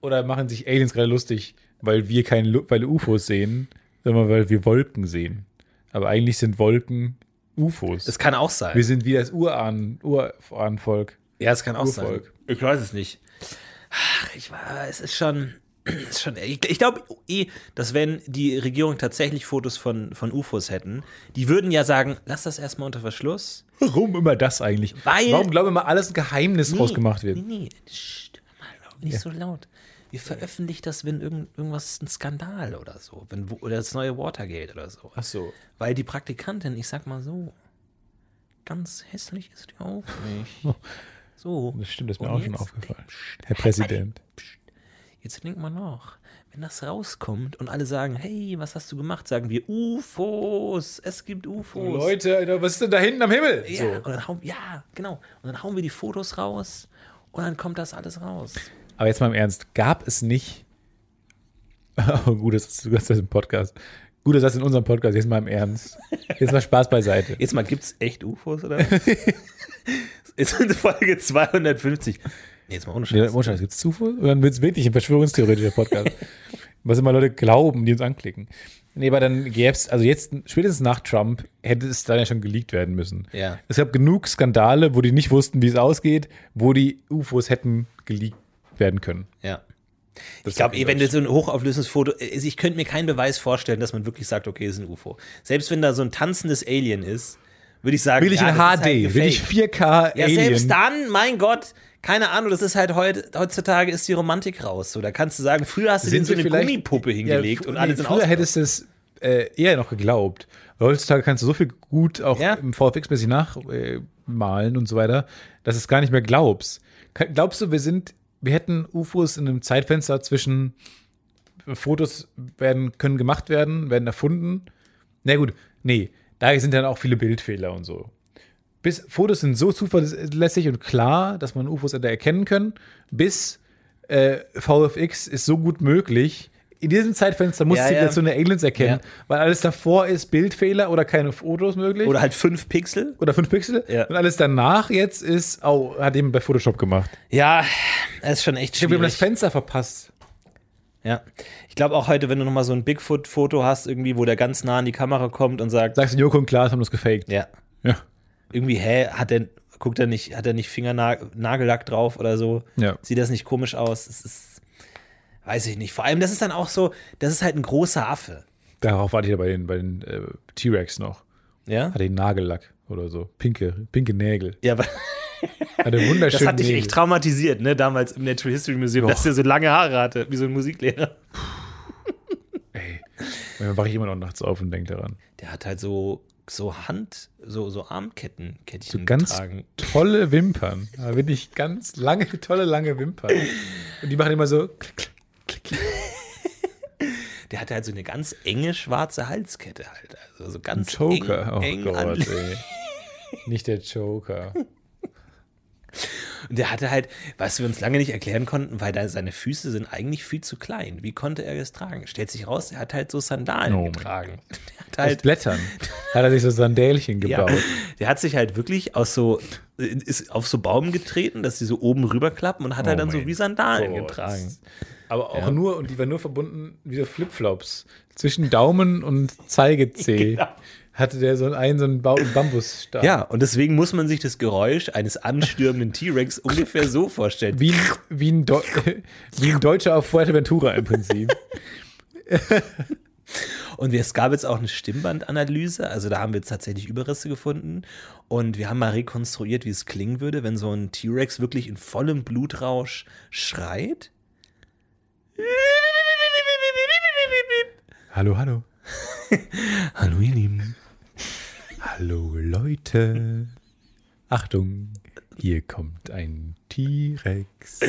Speaker 4: oder machen sich Aliens gerade lustig, weil wir keine Lu weil UFOs sehen, sondern weil wir Wolken sehen. Aber eigentlich sind Wolken UFOs.
Speaker 3: Das kann auch
Speaker 4: wir
Speaker 3: sein.
Speaker 4: sind wie das Urahn, Urahnvolk.
Speaker 3: Ja, es kann auch
Speaker 4: Urvolk.
Speaker 3: sein. Ich weiß es nicht. Ach, ich war, es ist schon, Das ist schon, ich ich glaube eh, dass wenn die Regierung tatsächlich Fotos von, von UFOs hätten, die würden ja sagen, lass das erstmal unter Verschluss.
Speaker 4: Warum immer das eigentlich?
Speaker 3: Weil-
Speaker 4: Warum glauben wir mal, alles ein Geheimnis draus gemacht wird?
Speaker 3: Nee, nee, Psst, hör mal, laut, nicht so laut. Wir veröffentlichen das, wenn irgend, irgendwas ein Skandal oder so, wenn, wo- oder das neue Watergate oder so.
Speaker 4: Ach so.
Speaker 3: Weil die Praktikantin, ich sag mal so, ganz hässlich ist die auch nicht. So.
Speaker 4: Das stimmt, das ist mir
Speaker 3: Und
Speaker 4: auch schon
Speaker 3: jetzt
Speaker 4: aufgefallen. Herr Präsident.
Speaker 3: Jetzt denkt man noch, wenn das rauskommt und alle sagen, hey, was hast du gemacht? Sagen wir UFOs, es gibt UFOs.
Speaker 4: Leute, was ist denn da hinten am Himmel?
Speaker 3: ja, und dann hauen, ja, genau. Und dann hauen wir die Fotos raus und dann kommt das alles raus.
Speaker 4: Aber jetzt mal im Ernst, gab es nicht. Oh, gut, das ist, das ist im Podcast. Gut, das ist in unserem Podcast, jetzt mal im Ernst. Jetzt mal Spaß beiseite.
Speaker 3: Jetzt mal, gibt's echt UFOs oder was? Ist in Folge 250. Nee, jetzt mal ohne
Speaker 4: Nee,
Speaker 3: Scheiß.
Speaker 4: ohne Scheiß, gibt es Zufall? Oder wird es wirklich ein verschwörungstheoretischer Podcast? Was immer Leute glauben, die uns anklicken. Nee, aber dann gäbe es, also jetzt, spätestens nach Trump, hätte es dann ja schon geleakt werden müssen.
Speaker 3: Ja.
Speaker 4: Es gab genug Skandale, wo die nicht wussten, wie es ausgeht, wo die UFOs hätten geleakt werden können.
Speaker 3: Ja.
Speaker 4: Das
Speaker 3: Ich glaube,
Speaker 4: sagt
Speaker 3: wenn
Speaker 4: mir
Speaker 3: du so ein hochauflösendes Foto, also ich könnte mir keinen Beweis vorstellen, dass man wirklich sagt, okay, es ist ein UFO. Selbst wenn da so ein tanzendes Alien ist, würde ich sagen,
Speaker 4: Will ich
Speaker 3: ja,
Speaker 4: in
Speaker 3: das ist
Speaker 4: HD,
Speaker 3: halt
Speaker 4: will ich
Speaker 3: gefaked.
Speaker 4: 4K
Speaker 3: Ja,
Speaker 4: Alien.
Speaker 3: selbst dann, mein Gott, keine Ahnung, das ist halt heut, heutzutage ist die Romantik raus. So, da kannst du sagen, früher hast du dir so
Speaker 4: wir
Speaker 3: eine
Speaker 4: vielleicht-
Speaker 3: Gummipuppe hingelegt
Speaker 4: Ja,
Speaker 3: und
Speaker 4: nee,
Speaker 3: alle sind
Speaker 4: Früher
Speaker 3: aus.
Speaker 4: hättest du es äh, eher noch geglaubt. Weil heutzutage kannst du so viel gut auch
Speaker 3: Ja.
Speaker 4: im VFX-mäßig nachmalen und so weiter, dass du es gar nicht mehr glaubst. Ka- Glaubst du, wir sind, wir hätten UFOs in einem Zeitfenster zwischen Fotos werden, können gemacht werden, werden erfunden? Na gut, nee, da sind dann auch viele Bildfehler und so. Bis Fotos sind so zuverlässig und klar, dass man UFOs hätte erkennen können, bis äh, VFX ist so gut möglich. In diesem Zeitfenster muss
Speaker 3: Ja,
Speaker 4: ja,
Speaker 3: ja.
Speaker 4: Zivilisation der Aliens erkennen,
Speaker 3: Ja.
Speaker 4: weil alles davor ist Bildfehler oder keine Fotos möglich.
Speaker 3: Oder halt fünf Pixel.
Speaker 4: Oder 5 Pixel.
Speaker 3: Ja.
Speaker 4: Und alles danach jetzt ist, oh, hat jemand bei Photoshop gemacht.
Speaker 3: Ja, das ist schon echt
Speaker 4: Wir haben das
Speaker 3: schwierig.
Speaker 4: Fenster verpasst.
Speaker 3: Ja. Ich glaube auch heute, wenn du nochmal so ein Bigfoot-Foto hast, irgendwie, wo der ganz nah an die Kamera kommt und sagt,
Speaker 4: Sagst du, Joko und Klaas haben das gefaked.
Speaker 3: ja,
Speaker 4: Ja.
Speaker 3: irgendwie, hä, hat der, guckt er nicht, hat er nicht Fingernagellack drauf oder so?
Speaker 4: Ja.
Speaker 3: Sieht das nicht komisch aus? Es ist, weiß ich nicht. Vor allem, das ist dann auch so, das ist halt ein großer Affe.
Speaker 4: Darauf warte ich ja bei den, bei den äh, T-Rex noch.
Speaker 3: Ja?
Speaker 4: Hat den Nagellack oder so. Pinke, pinke Nägel.
Speaker 3: Ja, aber
Speaker 4: Hatte Ah, wunderschöne
Speaker 3: das hat dich
Speaker 4: Nägel.
Speaker 3: echt traumatisiert, ne? Damals im Natural History Museum, dass der so lange Haare hatte, wie so ein Musiklehrer.
Speaker 4: Ey, dann wache ich immer noch nachts auf und denke daran.
Speaker 3: Der hat halt so, so Hand, so, so Armketten, Kettchen
Speaker 4: So ganz
Speaker 3: getragen.
Speaker 4: tolle Wimpern. Da bin ich ganz lange, tolle, lange Wimpern. Und die machen immer so. klick, klick, klick, klick.
Speaker 3: Der hatte halt so eine ganz enge schwarze Halskette halt. Also so
Speaker 4: Ein
Speaker 3: ganz
Speaker 4: Joker.
Speaker 3: eng,
Speaker 4: oh
Speaker 3: eng an-
Speaker 4: Gott, ey. Nicht der Joker.
Speaker 3: Und der hatte halt, was wir uns lange nicht erklären konnten, weil da seine Füße sind eigentlich viel zu klein. Wie konnte er das tragen? Stellt sich raus, er hat halt so Sandalen
Speaker 4: Oh mein
Speaker 3: getragen. Der hat
Speaker 4: Aus
Speaker 3: halt,
Speaker 4: Blättern hat er sich so Sandälchen
Speaker 3: ja,
Speaker 4: gebaut.
Speaker 3: der hat sich halt wirklich aus so, ist auf so Baum getreten, dass sie so oben rüberklappen und hat halt dann so
Speaker 4: mein
Speaker 3: wie Sandalen
Speaker 4: Oh Gott.
Speaker 3: getragen.
Speaker 4: Aber auch nur, und die waren nur verbunden wie so Flipflops. Genau. Zwischen Daumen und Zeigezeh hatte der so einen, so einen Bau- Bambusstab.
Speaker 3: Ja, und deswegen muss man sich das Geräusch eines anstürmenden T-Rex ungefähr so vorstellen.
Speaker 4: Wie ein, wie ein, Deu wie ein Deutscher auf Fuerteventura im Prinzip.
Speaker 3: Und wir- es gab jetzt auch eine Stimmbandanalyse, also da haben wir jetzt tatsächlich Überreste gefunden und wir haben mal rekonstruiert, wie es klingen würde, wenn so ein T-Rex wirklich in vollem Blutrausch schreit.
Speaker 4: Hallo, hallo.
Speaker 3: Hallo ihr Lieben.
Speaker 4: Hallo Leute. Achtung, hier kommt ein T-Rex.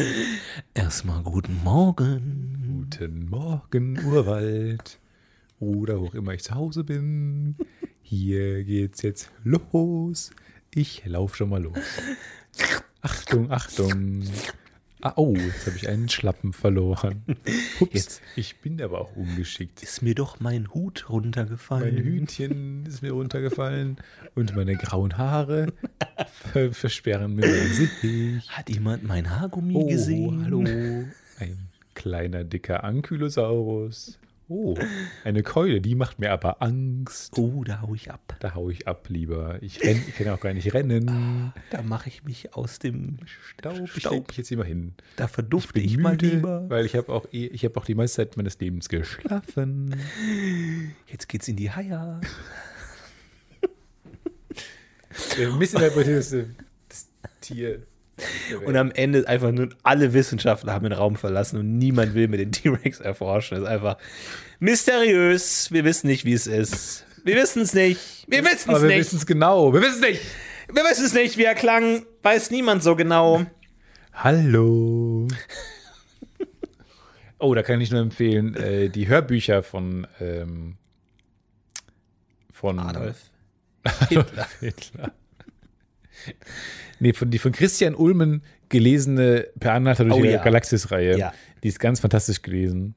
Speaker 3: Erstmal guten Morgen.
Speaker 4: Guten Morgen, Urwald. Oder wo auch immer ich zu Hause bin. Hier geht's jetzt los. Ich lauf schon mal los. Achtung, Achtung. Ah, oh, jetzt habe ich einen Schlappen verloren. Ups,
Speaker 3: Jetzt.
Speaker 4: ich bin aber auch ungeschickt.
Speaker 3: Ist mir doch mein Hut runtergefallen.
Speaker 4: Mein Hütchen ist mir runtergefallen und meine grauen Haare ver- versperren mir meinen Sicht.
Speaker 3: Hat jemand mein Haargummi
Speaker 4: Oh,
Speaker 3: gesehen?
Speaker 4: hallo. Ein kleiner, dicker Ankylosaurus. Oh, eine Keule, die macht mir aber Angst.
Speaker 3: Oh, da hau ich ab.
Speaker 4: Da hau ich ab lieber. Ich, renn, ich kann ja auch gar nicht rennen.
Speaker 3: Da mache ich mich aus dem
Speaker 4: Staub, ich
Speaker 3: Staub.
Speaker 4: leg mich jetzt immer hin.
Speaker 3: Da verdufte
Speaker 4: Bin
Speaker 3: ich, mal lieber.
Speaker 4: weil ich habe auch, eh- ich hab auch die meiste Zeit meines Lebens geschlafen.
Speaker 3: Jetzt geht's in die Haia.
Speaker 4: Äh, Missinterpretierst du das Tier.
Speaker 3: Und am Ende einfach nur alle Wissenschaftler haben den Raum verlassen und niemand will mit den T-Rex erforschen. Das ist einfach mysteriös. Wir wissen nicht, wie es ist. Wir wissen es nicht. Wir wissen es
Speaker 4: Aber wir
Speaker 3: nicht.
Speaker 4: wissen es genau. Wir wissen es nicht.
Speaker 3: Wir wissen es nicht, wie er klang. Weiß niemand so genau.
Speaker 4: Hallo. oh, da kann ich nur empfehlen, äh, die Hörbücher von, ähm, von
Speaker 3: Adolf.
Speaker 4: Hitler. Nee, von, die von Christian Ulmen gelesene Per Anhalter durch
Speaker 3: Oh
Speaker 4: die
Speaker 3: ja.
Speaker 4: Galaxis-Reihe.
Speaker 3: Ja.
Speaker 4: Die ist ganz fantastisch gelesen.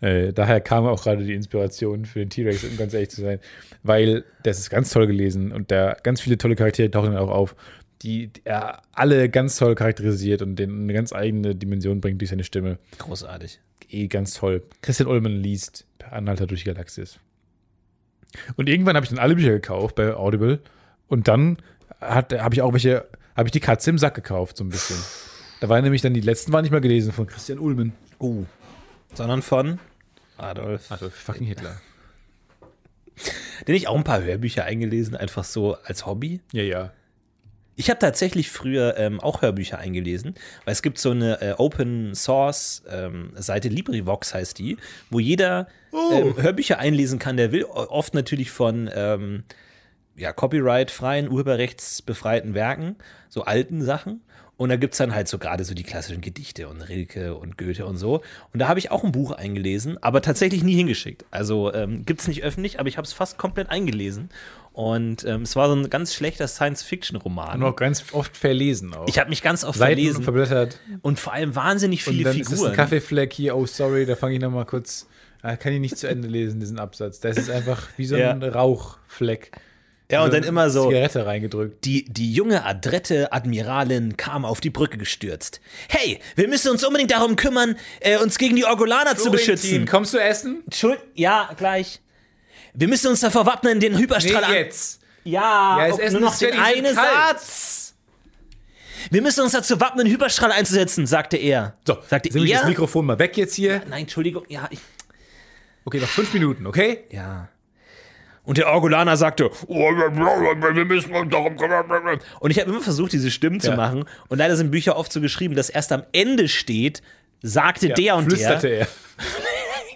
Speaker 4: Äh, daher kam auch gerade die Inspiration für den T-Rex, um ganz ehrlich zu sein. Weil das ist ganz toll gelesen und da ganz viele tolle Charaktere tauchen dann auch auf, die er alle ganz toll charakterisiert und denen eine ganz eigene Dimension bringt durch seine Stimme.
Speaker 3: Großartig.
Speaker 4: Eh ganz toll. Christian Ulmen liest Per Anhalter durch die Galaxis. Und irgendwann habe ich dann alle Bücher gekauft bei Audible. Und dann hat- habe ich auch welche, habe ich die Katze im Sack gekauft, so ein bisschen. Da waren nämlich dann die letzten waren nicht mal gelesen von Christian Ulmen.
Speaker 3: Oh. Sondern von Adolf.
Speaker 4: Also fucking Hitler.
Speaker 3: Den ich auch ein paar Hörbücher eingelesen, einfach so als Hobby.
Speaker 4: Ja, ja.
Speaker 3: Ich habe tatsächlich früher ähm, auch Hörbücher eingelesen, weil es gibt so eine äh, Open Source ähm, Seite LibriVox heißt die, wo jeder ähm, Hörbücher einlesen kann, der will. O- Oft natürlich von ähm, ja, Copyright-freien, urheberrechtsbefreiten Werken, so alten Sachen. Und da gibt es dann halt so gerade so die klassischen Gedichte und Rilke und Goethe und so. Und da habe ich auch ein Buch eingelesen, aber tatsächlich nie hingeschickt. Also ähm, gibt es nicht öffentlich, aber ich habe es fast komplett eingelesen. Und ähm, es war so ein ganz schlechter Science-Fiction-Roman.
Speaker 4: Und auch ganz oft verlesen auch.
Speaker 3: Ich habe mich ganz oft
Speaker 4: Seiten
Speaker 3: verlesen
Speaker 4: verblättert.
Speaker 3: und vor allem wahnsinnig
Speaker 4: Und
Speaker 3: viele
Speaker 4: dann ist es ein
Speaker 3: Figuren.
Speaker 4: Kaffeefleck hier. Oh, sorry, da fange ich nochmal kurz. Ah, Kann ich nicht zu Ende lesen, diesen Absatz. Das ist einfach wie so ein
Speaker 3: Ja.
Speaker 4: Rauchfleck.
Speaker 3: ja, und
Speaker 4: So
Speaker 3: dann immer so.
Speaker 4: Zigarette reingedrückt.
Speaker 3: Die, die junge adrette Admiralin kam auf die Brücke gestürzt. Hey, wir müssen uns unbedingt darum kümmern, äh, uns gegen die Orgulaner zu beschützen.
Speaker 4: Kommst du essen?
Speaker 3: Entschuld, ja, gleich. Wir müssen uns davor wappnen, den Hyperstrahl an.
Speaker 4: jetzt.
Speaker 3: Ja,
Speaker 4: Ja, das
Speaker 3: ob
Speaker 4: Essen
Speaker 3: nur noch
Speaker 4: ist
Speaker 3: den
Speaker 4: fertig, wir sind
Speaker 3: einen
Speaker 4: kalt.
Speaker 3: Satz. Wir müssen uns dazu wappnen, den Hyperstrahl einzusetzen, sagte er.
Speaker 4: So,
Speaker 3: sagte
Speaker 4: nehme ich das
Speaker 3: er.
Speaker 4: Mikrofon mal weg jetzt hier.
Speaker 3: Nein, Entschuldigung, ja, ich,
Speaker 4: Okay, noch fünf Minuten, okay?
Speaker 3: Ja. Und der Orgulaner sagte, "Oh, wir müssen uns um darum kümmern." Und ich habe immer versucht, diese Stimmen zu
Speaker 4: Ja.
Speaker 3: machen. Und leider sind Bücher oft so geschrieben, dass erst am Ende steht, sagte der und
Speaker 4: Flüsterte er.
Speaker 3: der.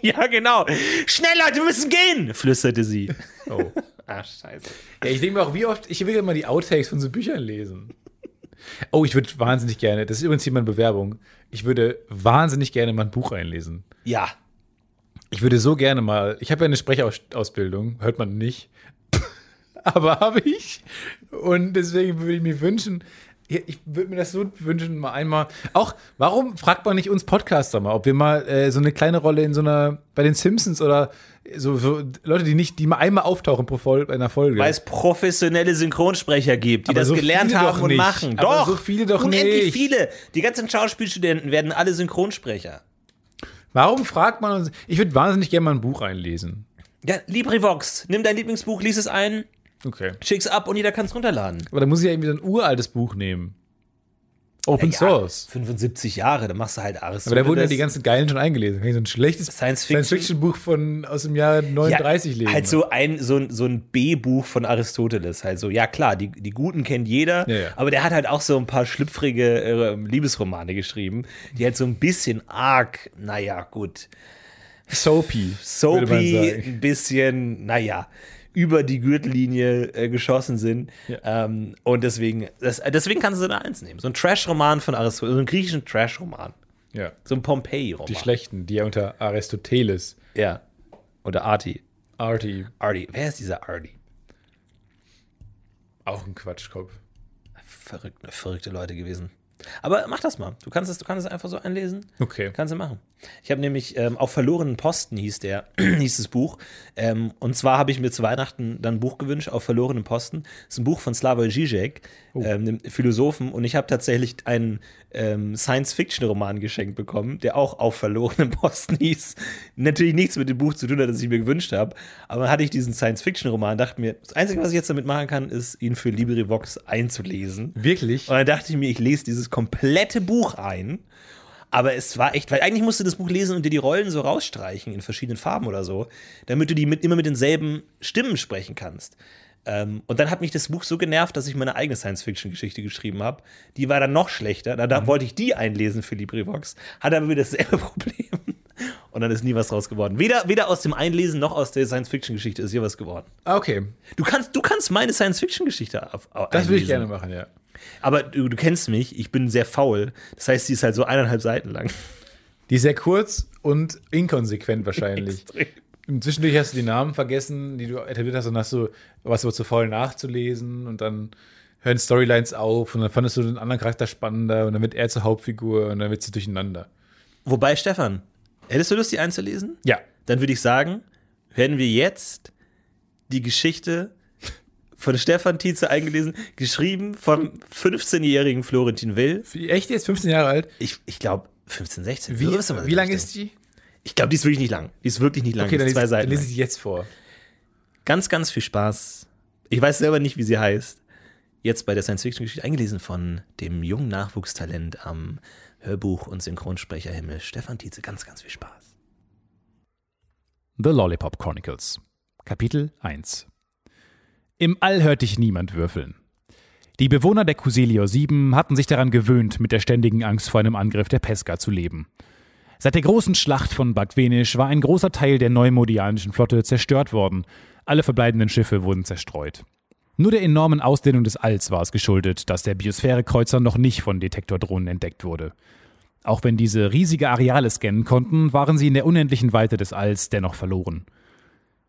Speaker 3: Ja, genau. Schnell, Leute, wir müssen gehen, flüsterte sie.
Speaker 4: Oh.
Speaker 3: Ah, scheiße.
Speaker 4: Ja, ich denke mir auch, wie oft, ich will immer die Outtakes von so Büchern lesen. Oh, ich würde wahnsinnig gerne, das ist übrigens hier meine Bewerbung, ich würde wahnsinnig gerne mal ein Buch einlesen.
Speaker 3: Ja.
Speaker 4: Ich würde so gerne mal, ich habe ja eine Sprechausbildung, hört man nicht, aber habe ich. Und deswegen würde ich mir wünschen, ja, ich würde mir das so wünschen, mal einmal, auch, warum fragt man nicht uns Podcaster mal, ob wir mal äh, so eine kleine Rolle in so einer, bei den Simpsons oder so, so Leute, die nicht, die mal einmal auftauchen pro Fol einer Folge.
Speaker 3: Weil es professionelle Synchronsprecher gibt, die
Speaker 4: Aber
Speaker 3: das
Speaker 4: so
Speaker 3: gelernt
Speaker 4: viele
Speaker 3: haben
Speaker 4: doch
Speaker 3: und
Speaker 4: nicht.
Speaker 3: machen.
Speaker 4: Aber
Speaker 3: doch.
Speaker 4: so viele doch
Speaker 3: Unendlich
Speaker 4: nicht.
Speaker 3: viele. Die ganzen Schauspielstudenten werden alle Synchronsprecher.
Speaker 4: Warum fragt man uns? Ich würde wahnsinnig gerne mal ein Buch einlesen.
Speaker 3: Ja, LibriVox, nimm dein Lieblingsbuch, lies es ein,
Speaker 4: Okay.
Speaker 3: schick's ab und jeder kann es runterladen.
Speaker 4: Aber dann muss ich ja irgendwie so ein uraltes Buch nehmen. Open
Speaker 3: Ja,
Speaker 4: Source.
Speaker 3: 75 Jahre, dann machst du halt Aristoteles.
Speaker 4: Aber da wurden ja die ganzen geilen schon eingelesen. Kann ich so ein schlechtes
Speaker 3: Science Fiction-
Speaker 4: Science-Fiction-Buch von aus dem Jahr 39 lesen?
Speaker 3: Halt so ein, so ein, so ein B-Buch von Aristoteles. Halt so, ja klar, die, die Guten kennt jeder,
Speaker 4: Ja, ja.
Speaker 3: aber der hat halt auch so ein paar schlüpfrige äh, Liebesromane geschrieben, die halt so ein bisschen arg, naja, gut,
Speaker 4: Soapy. würde man
Speaker 3: soapy,
Speaker 4: sagen.
Speaker 3: ein bisschen, naja, über die Gürtellinie äh, geschossen sind. Ähm, und deswegen, das, deswegen kannst du so eine Eins nehmen. So ein Trash-Roman von Aristoteles, so einen griechischen Trash-Roman.
Speaker 4: Ja.
Speaker 3: So ein
Speaker 4: Die
Speaker 3: Pompeii-Roman.
Speaker 4: schlechten, die ja unter Aristoteles.
Speaker 3: Ja. Oder Arti.
Speaker 4: Arty.
Speaker 3: Artie. Wer ist dieser Artie?
Speaker 4: Auch ein Quatschkopf.
Speaker 3: Verrückte, verrückte Leute gewesen. Aber mach das mal. Du kannst es, du kannst es einfach so einlesen.
Speaker 4: Okay.
Speaker 3: Kannst du machen. Ich habe nämlich ähm, auf verlorenen Posten hieß der, hieß das Buch. Ähm, und zwar habe ich mir zu Weihnachten dann ein Buch gewünscht, auf verlorenen Posten. Das ist ein Buch von Slavoj Žižek, ähm, dem Philosophen. Und ich habe tatsächlich einen ähm, Science-Fiction-Roman geschenkt bekommen, der auch auf verlorenen Posten hieß. Natürlich nichts mit dem Buch zu tun hat, das ich mir gewünscht habe. Aber dann hatte ich diesen Science-Fiction-Roman, dachte mir, das Einzige, was ich jetzt damit machen kann, ist, ihn für LibriVox einzulesen.
Speaker 4: Wirklich?
Speaker 3: Und dann dachte ich mir, ich lese dieses komplette Buch ein. Aber es war echt, weil eigentlich musst du das Buch lesen und dir die Rollen so rausstreichen in verschiedenen Farben oder so, damit du die mit, immer mit denselben Stimmen sprechen kannst. Ähm, und dann hat mich das Buch so genervt, dass ich meine eigene Science-Fiction-Geschichte geschrieben habe. Die war dann noch schlechter. Da,
Speaker 4: Mhm.
Speaker 3: da wollte ich die einlesen für LibriVox, hatte aber wieder dasselbe Problem. Und dann ist nie was raus geworden. Weder, weder aus dem Einlesen noch aus der Science-Fiction-Geschichte ist hier was geworden.
Speaker 4: Ah, okay.
Speaker 3: Du kannst, du kannst meine Science-Fiction-Geschichte auf, auf
Speaker 4: Das würde ich
Speaker 3: einlesen.
Speaker 4: gerne machen, ja.
Speaker 3: Aber du, du kennst mich, ich bin sehr faul. Das heißt, sie ist halt so eineinhalb Seiten lang.
Speaker 4: Die ist sehr kurz und inkonsequent wahrscheinlich.
Speaker 3: Extrem.
Speaker 4: Zwischendurch hast du die Namen vergessen, die du etabliert hast, und hast du was aber zu faul nachzulesen und dann hören Storylines auf und dann fandest du den anderen Charakter spannender und dann wird er zur Hauptfigur und dann wird sie durcheinander.
Speaker 3: Wobei, Stefan, hättest du Lust, die einzulesen?
Speaker 4: Ja.
Speaker 3: Dann würde ich sagen, werden wir jetzt die Geschichte von Stefan Tietze eingelesen, geschrieben vom 15-jährigen Florentin Will.
Speaker 4: Echt jetzt 15 Jahre alt?
Speaker 3: Ich, ich glaube, 15, 16.
Speaker 4: Wie,
Speaker 3: Sowas in der
Speaker 4: wie lang
Speaker 3: Richtung.
Speaker 4: ist die?
Speaker 3: Ich glaube, die ist wirklich nicht lang. Die ist wirklich nicht lang.
Speaker 4: Okay,
Speaker 3: die
Speaker 4: dann
Speaker 3: ist
Speaker 4: lese,
Speaker 3: zwei
Speaker 4: ich-
Speaker 3: Seiten.
Speaker 4: dann lese
Speaker 3: lang.
Speaker 4: ich die jetzt vor.
Speaker 3: Ganz, ganz viel Spaß. Ich weiß selber nicht, wie sie heißt. Jetzt bei der Science-Fiction-Geschichte eingelesen von dem jungen Nachwuchstalent am Hörbuch- und Synchronsprecherhimmel Stefan Tietze. Ganz, ganz viel Spaß.
Speaker 5: The Lollipop Chronicles Kapitel 1 Im All hört dich niemand würfeln. Die Bewohner der Kusilio 7 hatten sich daran gewöhnt, mit der ständigen Angst vor einem Angriff der Pesca zu leben. Seit der großen Schlacht von Bagvenisch war ein großer Teil der neumodianischen Flotte zerstört worden. Alle verbleibenden Schiffe wurden zerstreut. Nur der enormen Ausdehnung des Alls war es geschuldet, dass der Biosphärekreuzer noch nicht von Detektordrohnen entdeckt wurde. Auch wenn diese riesige Areale scannen konnten, waren sie in der unendlichen Weite des Alls dennoch verloren.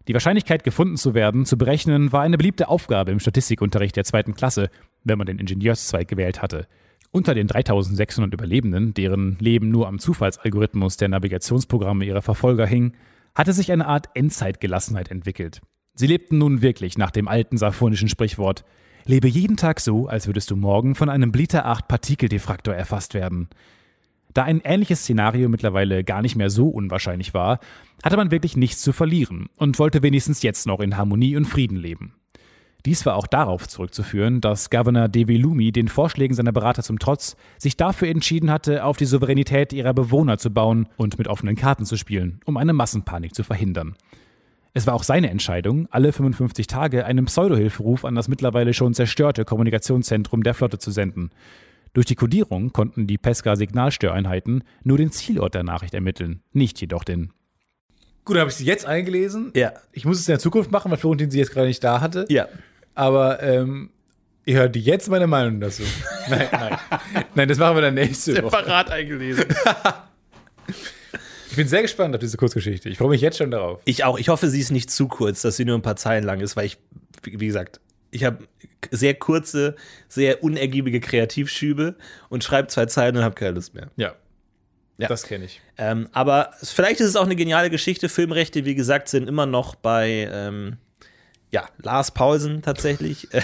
Speaker 5: Die Wahrscheinlichkeit, gefunden zu werden, zu berechnen, war eine beliebte Aufgabe im Statistikunterricht der zweiten Klasse, wenn man den Ingenieurszweig gewählt hatte. Unter den 3600 Überlebenden, deren Leben nur am Zufallsalgorithmus der Navigationsprogramme ihrer Verfolger hing, hatte sich eine Art Endzeitgelassenheit entwickelt. Sie lebten nun wirklich nach dem alten saphonischen Sprichwort: Lebe jeden Tag so, als würdest du morgen von einem Bliter 8 Partikeldifraktor erfasst werden. Da ein ähnliches Szenario mittlerweile gar nicht mehr so unwahrscheinlich war, hatte man wirklich nichts zu verlieren und wollte wenigstens jetzt noch in Harmonie und Frieden leben. Dies war auch darauf zurückzuführen, dass Governor Devi Lumi den Vorschlägen seiner Berater zum Trotz sich dafür entschieden hatte, auf die Souveränität ihrer Bewohner zu bauen und mit offenen Karten zu spielen, um eine Massenpanik zu verhindern. Es war auch seine Entscheidung, alle 55 Tage einen Pseudohilferuf an das mittlerweile schon zerstörte Kommunikationszentrum der Flotte zu senden. Durch die Kodierung konnten die Pesca-Signalstöreinheiten nur den Zielort der Nachricht ermitteln, nicht jedoch den.
Speaker 4: Gut, habe ich sie jetzt eingelesen.
Speaker 3: Ja.
Speaker 4: Ich muss es in der Zukunft machen, weil Florentin sie jetzt gerade nicht da hatte.
Speaker 3: Ja.
Speaker 4: Aber ähm, ihr hört jetzt meine Meinung dazu. nein, nein. Nein, das machen wir dann nächste Woche.
Speaker 3: Verrat eingelesen.
Speaker 4: Ich bin sehr gespannt auf diese Kurzgeschichte. Ich freue mich jetzt schon darauf.
Speaker 3: Ich auch. Ich hoffe, sie ist nicht zu kurz, dass sie nur ein paar Zeilen lang ist, weil ich, wie wie gesagt, ich habe sehr kurze, sehr unergiebige Kreativschübe und schreibe zwei Zeilen und habe keine Lust mehr.
Speaker 4: Ja.
Speaker 3: Ja.
Speaker 4: Das kenne ich.
Speaker 3: Ähm, aber es- vielleicht ist es auch eine geniale Geschichte. Filmrechte, wie gesagt, sind immer noch bei ähm, ja, Lars Paulsen tatsächlich. Äh,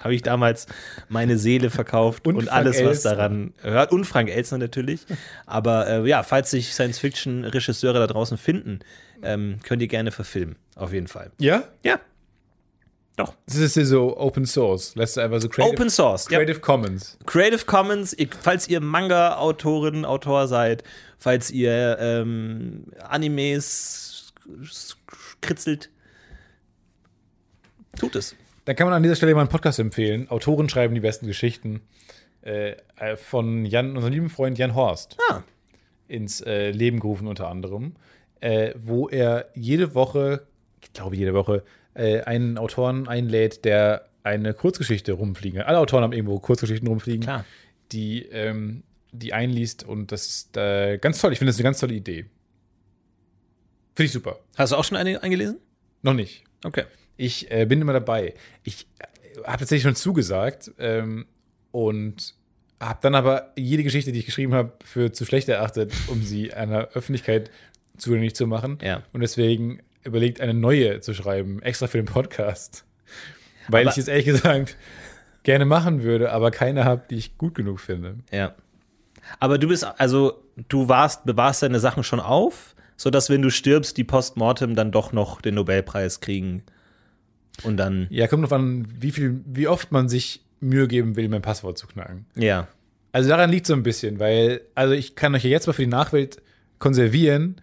Speaker 3: Habe ich damals meine Seele verkauft und,
Speaker 4: Und Frank
Speaker 3: alles, was
Speaker 4: Elstner.
Speaker 3: daran hört. Und Frank Elsner natürlich. Aber äh, ja, falls sich Science-Fiction-Regisseure da draußen finden, ähm, könnt ihr gerne verfilmen. Auf jeden Fall.
Speaker 4: Ja?
Speaker 3: Ja,
Speaker 4: Das ist ja so Open Source. Lässt du einfach so Creative,
Speaker 3: Open Source. Ja.
Speaker 4: Creative Commons.
Speaker 3: Creative Commons, ihr, falls ihr Manga-Autorin, Autor seid, falls ihr ähm, Animes sk- kritzelt, tut es.
Speaker 4: Dann kann man an dieser Stelle mal einen Podcast empfehlen. Autoren schreiben die besten Geschichten. Äh, äh, von Jan, unserem lieben Freund Jan Horst.
Speaker 3: Ah.
Speaker 4: Ins äh, Leben gerufen unter anderem. Äh, wo er jede Woche, ich glaube jede Woche, äh, einen Autoren einlädt, der eine Kurzgeschichte rumfliegen. hat. Alle Autoren haben irgendwo Kurzgeschichten rumfliegen.
Speaker 3: Klar.
Speaker 4: Die, ähm, die einliest und das ist äh, ganz toll. Ich finde das eine ganz tolle Idee. Finde ich super.
Speaker 3: Hast du auch schon eine eingelesen?
Speaker 4: Noch nicht.
Speaker 3: Okay.
Speaker 4: Ich äh, bin immer dabei. Ich äh, habe tatsächlich schon zugesagt ähm, und habe dann aber jede Geschichte, die ich geschrieben habe, für zu schlecht erachtet, um sie einer Öffentlichkeit zugänglich zu machen.
Speaker 3: Ja.
Speaker 4: Und deswegen überlegt, eine neue zu schreiben, extra für den Podcast. Weil
Speaker 3: Aber-
Speaker 4: ich es ehrlich gesagt gerne machen würde, aber keine habe, die ich gut genug finde.
Speaker 3: Ja. Aber du bist, also du warst, bewahrst deine Sachen schon auf, sodass, wenn du stirbst, die Postmortem dann doch noch den Nobelpreis kriegen. Und dann,
Speaker 4: Ja, kommt drauf an, wie viel, wie oft man sich Mühe geben will, mein Passwort zu knacken.
Speaker 3: ja.
Speaker 4: Also daran liegt so ein bisschen, weil, also ich kann euch ja jetzt mal für die Nachwelt konservieren.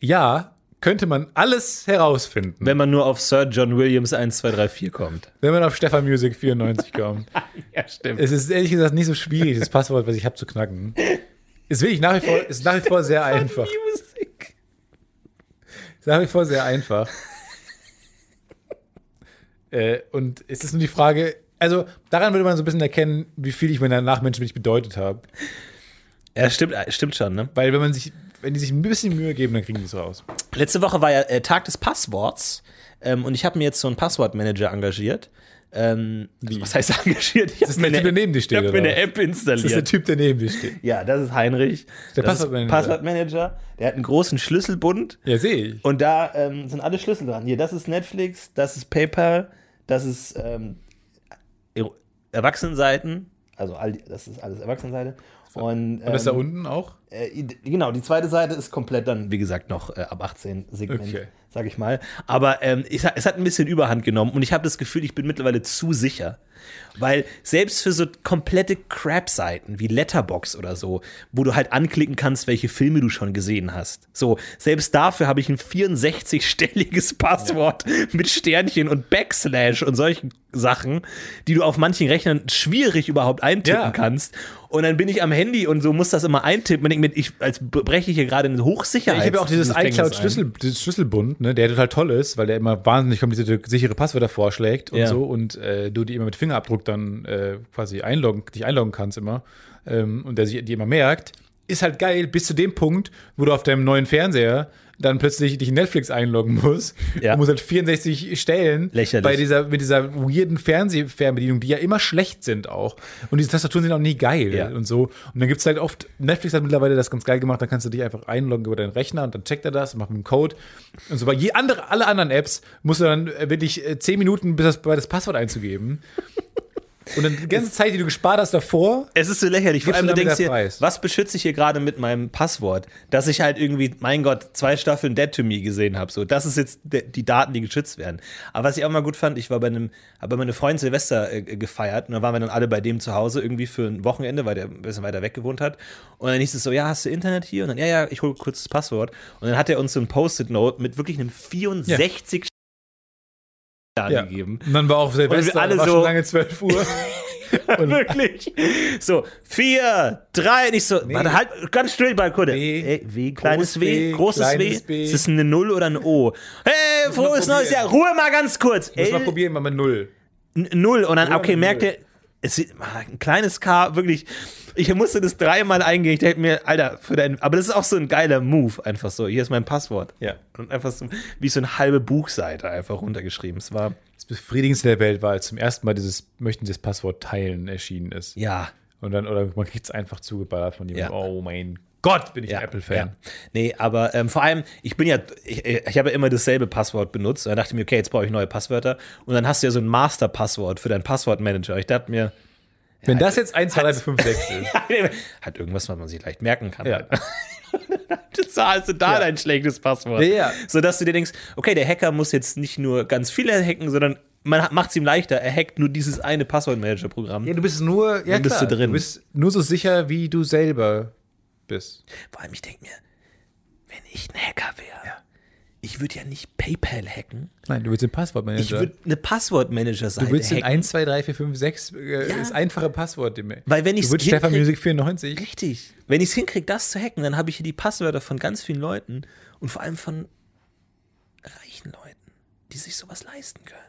Speaker 4: Ja, könnte man alles herausfinden,
Speaker 3: Wenn man nur auf Sir John Williams 1234 kommt.
Speaker 4: wenn man auf Stefan Music 94 kommt.
Speaker 3: Ja, stimmt.
Speaker 4: es ist ehrlich gesagt nicht so schwierig, das Passwort, was ich habe, zu knacken. Ist wirklich nach wie vor, ist nach wie vor sehr einfach.
Speaker 3: Music.
Speaker 4: Ist nach wie vor sehr einfach. äh, und es ist nur die Frage, also daran würde man so ein bisschen erkennen, wie viel ich meiner Nachmenschen wirklich bedeutet habe.
Speaker 3: Ja, stimmt, äh, stimmt schon, ne?
Speaker 4: Weil wenn man sich, wenn die sich ein bisschen Mühe geben, dann kriegen die es raus.
Speaker 3: Letzte Woche war ja äh, Tag des Passworts ähm, und ich habe mir jetzt so einen Passwortmanager engagiert. Ähm, also was heißt engagiert? Ich
Speaker 4: ist der Typ, der neben dir steht,
Speaker 3: Ich habe mir
Speaker 4: oder
Speaker 3: eine App
Speaker 4: Das ist der
Speaker 3: installiert.
Speaker 4: Typ, der neben dir steht.
Speaker 3: ja, das ist Heinrich.
Speaker 4: Der
Speaker 3: Das ist
Speaker 4: Passwortmanager.
Speaker 3: Passwortmanager. Der hat einen großen Schlüsselbund
Speaker 4: Ja, sehe ich.
Speaker 3: und da ähm, sind alle Schlüssel dran. Hier, das ist Netflix, das ist PayPal, das ist ähm, Er- Erwachsenenseiten. Also all, die- das ist alles Erwachsenenseite. Und, ähm,
Speaker 4: Und das da unten auch?
Speaker 3: äh, i- genau, die zweite Seite ist komplett dann, wie gesagt, noch äh, ab 18 Segment,
Speaker 4: Okay.
Speaker 3: sag ich mal. Aber ähm, es, hat- es hat ein bisschen Überhand genommen und ich habe das Gefühl, ich bin mittlerweile zu sicher. Weil selbst für so komplette Crap-Seiten wie Letterbox oder so, wo du halt anklicken kannst, welche Filme du schon gesehen hast. So, selbst dafür habe ich ein 64-stelliges Passwort mit Sternchen und Backslash und solchen Sachen, die du auf manchen Rechnern schwierig überhaupt eintippen
Speaker 4: Ja.
Speaker 3: kannst. Und dann bin ich am Handy und so muss das immer eintippen. Und denk mir, ich, als breche ich hier gerade eine Hochsicherheit.
Speaker 4: Ich habe ja auch dieses
Speaker 3: Gefängnis ein.
Speaker 4: iCloud-Schlüssel, dieses Schlüsselbund, ne, der total toll ist, weil der immer wahnsinnig komplizierte, sichere Passwörter vorschlägt und
Speaker 3: Ja.
Speaker 4: so und äh, du die immer mit Fingerabdruck dann äh, quasi einloggen, dich einloggen kannst immer ähm, und der sich die immer merkt, ist halt geil bis zu dem Punkt, wo du auf deinem neuen Fernseher dann plötzlich dich in Netflix einloggen musst
Speaker 3: Ja.
Speaker 4: und musst halt 64 Stellen
Speaker 3: Lächerlich.
Speaker 4: bei dieser, mit dieser weirden Fernsehfernbedienung, die ja immer schlecht sind auch und diese Tastaturen sind auch nie geil
Speaker 3: Ja.
Speaker 4: und so. Und dann gibt es halt oft, Netflix hat mittlerweile das ganz geil gemacht, dann kannst du dich einfach einloggen über deinen Rechner und dann checkt er das und macht mit dem Code. Und so bei je andere, alle anderen Apps musst du dann äh, wirklich äh, 10 Minuten bis das, bei das Passwort einzugeben. und dann die ganze Zeit, die du gespart hast davor,
Speaker 3: Es ist so lächerlich. Vor
Speaker 4: Gibst
Speaker 3: allem, du
Speaker 4: du damit
Speaker 3: denkst
Speaker 4: der
Speaker 3: dir,
Speaker 4: Preis?
Speaker 3: was beschütze ich hier gerade mit meinem Passwort? Dass ich halt irgendwie, mein Gott, zwei Staffeln Dead to Me gesehen habe. So, das ist jetzt de- die Daten, die geschützt werden. Aber was ich auch mal gut fand, ich war bei einem, habe meine Freundin Silvester äh, gefeiert und da waren wir dann alle bei dem zu Hause irgendwie für ein Wochenende, weil der ein bisschen weiter weg gewohnt hat. Und dann hieß es so, ja, hast du Internet hier? Und dann, ja, ja, ich hole kurz das Passwort. Und dann hat er uns so ein Post-it-Note mit wirklich einem 64 Daten
Speaker 4: Ja.
Speaker 3: gegeben.
Speaker 4: und dann war auch Silvester,
Speaker 3: alle
Speaker 4: war
Speaker 3: so-
Speaker 4: schon lange 12 Uhr.
Speaker 3: Und Wirklich. So, vier, drei, nicht so. Warte, halt, ganz still, Balkone.
Speaker 4: W,
Speaker 3: Ey, w, kleines
Speaker 4: groß
Speaker 3: W,
Speaker 4: W,
Speaker 3: großes
Speaker 4: kleines
Speaker 3: W.
Speaker 4: W.
Speaker 3: Ist es eine Null oder ein O? Hey, frohes
Speaker 4: mal
Speaker 3: neues Jahr.
Speaker 4: probieren.
Speaker 3: Ruhe mal ganz kurz.
Speaker 4: Muss mal
Speaker 3: L,
Speaker 4: probieren, mal mit Null.
Speaker 3: N- Null. Und dann,
Speaker 4: Ruhe
Speaker 3: okay,
Speaker 4: mit
Speaker 3: merkt
Speaker 4: Null.
Speaker 3: ihr, es ist ah, ein kleines K, wirklich. Ich musste das dreimal eingehen. Ich denke mir, Alter, für dein. Aber das ist auch so ein geiler Move, einfach so. Hier ist mein Passwort.
Speaker 4: Ja.
Speaker 3: Und einfach so, wie so eine halbe Buchseite einfach runtergeschrieben. Es war,
Speaker 4: Das Befriedigendste der Welt war, als zum ersten Mal dieses Möchten Sie das Passwort teilen erschienen ist.
Speaker 3: ja.
Speaker 4: Und dann, oder man kriegt es einfach zugeballert von jemandem.
Speaker 3: Ja.
Speaker 4: Oh mein Gott, bin ich ein Apple-Fan.
Speaker 3: Ja. Nee, aber ähm, vor allem, ich bin ja, ich, ich habe ja immer dasselbe Passwort benutzt. Und dann dachte ich mir, okay, jetzt brauche ich neue Passwörter. Und dann hast du ja so ein Master-Passwort für deinen Passwortmanager. Ich dachte mir,
Speaker 4: Wenn das jetzt 1, 2, 3, 4, 5, 6 ist.
Speaker 3: hat irgendwas, was man sich leicht merken kann.
Speaker 4: Ja.
Speaker 3: Du zahlst du da dein schlechtes Passwort.
Speaker 4: Ja, ja.
Speaker 3: Sodass du dir denkst, okay, der Hacker muss jetzt nicht nur ganz viele hacken, sondern man macht es ihm leichter. Er hackt nur dieses eine Passwortmanager-Programm.
Speaker 4: Ja, du bist nur, ja,
Speaker 3: Dann bist
Speaker 4: klar,
Speaker 3: du drin.
Speaker 4: du bist nur so sicher, wie du selber bist.
Speaker 3: Vor allem, ich denke mir, wenn ich ein Hacker wäre, ich würde ja nicht PayPal hacken.
Speaker 4: Nein, du willst den Passwortmanager.
Speaker 3: Ich würde eine Passwortmanager-Seite
Speaker 4: Also du willst den
Speaker 3: hacken.
Speaker 4: 1, 2, 3, 4, 5, 6, äh,
Speaker 3: Ja.
Speaker 4: das einfache Passwort. Dem,
Speaker 3: Weil wenn ich's
Speaker 4: Du willst Stefan
Speaker 3: hinkrieg-
Speaker 4: Music 94.
Speaker 3: Richtig. Wenn ich es hinkriege, das zu hacken, dann habe ich hier die Passwörter von ganz vielen Leuten und vor allem von reichen Leuten, die sich sowas leisten können,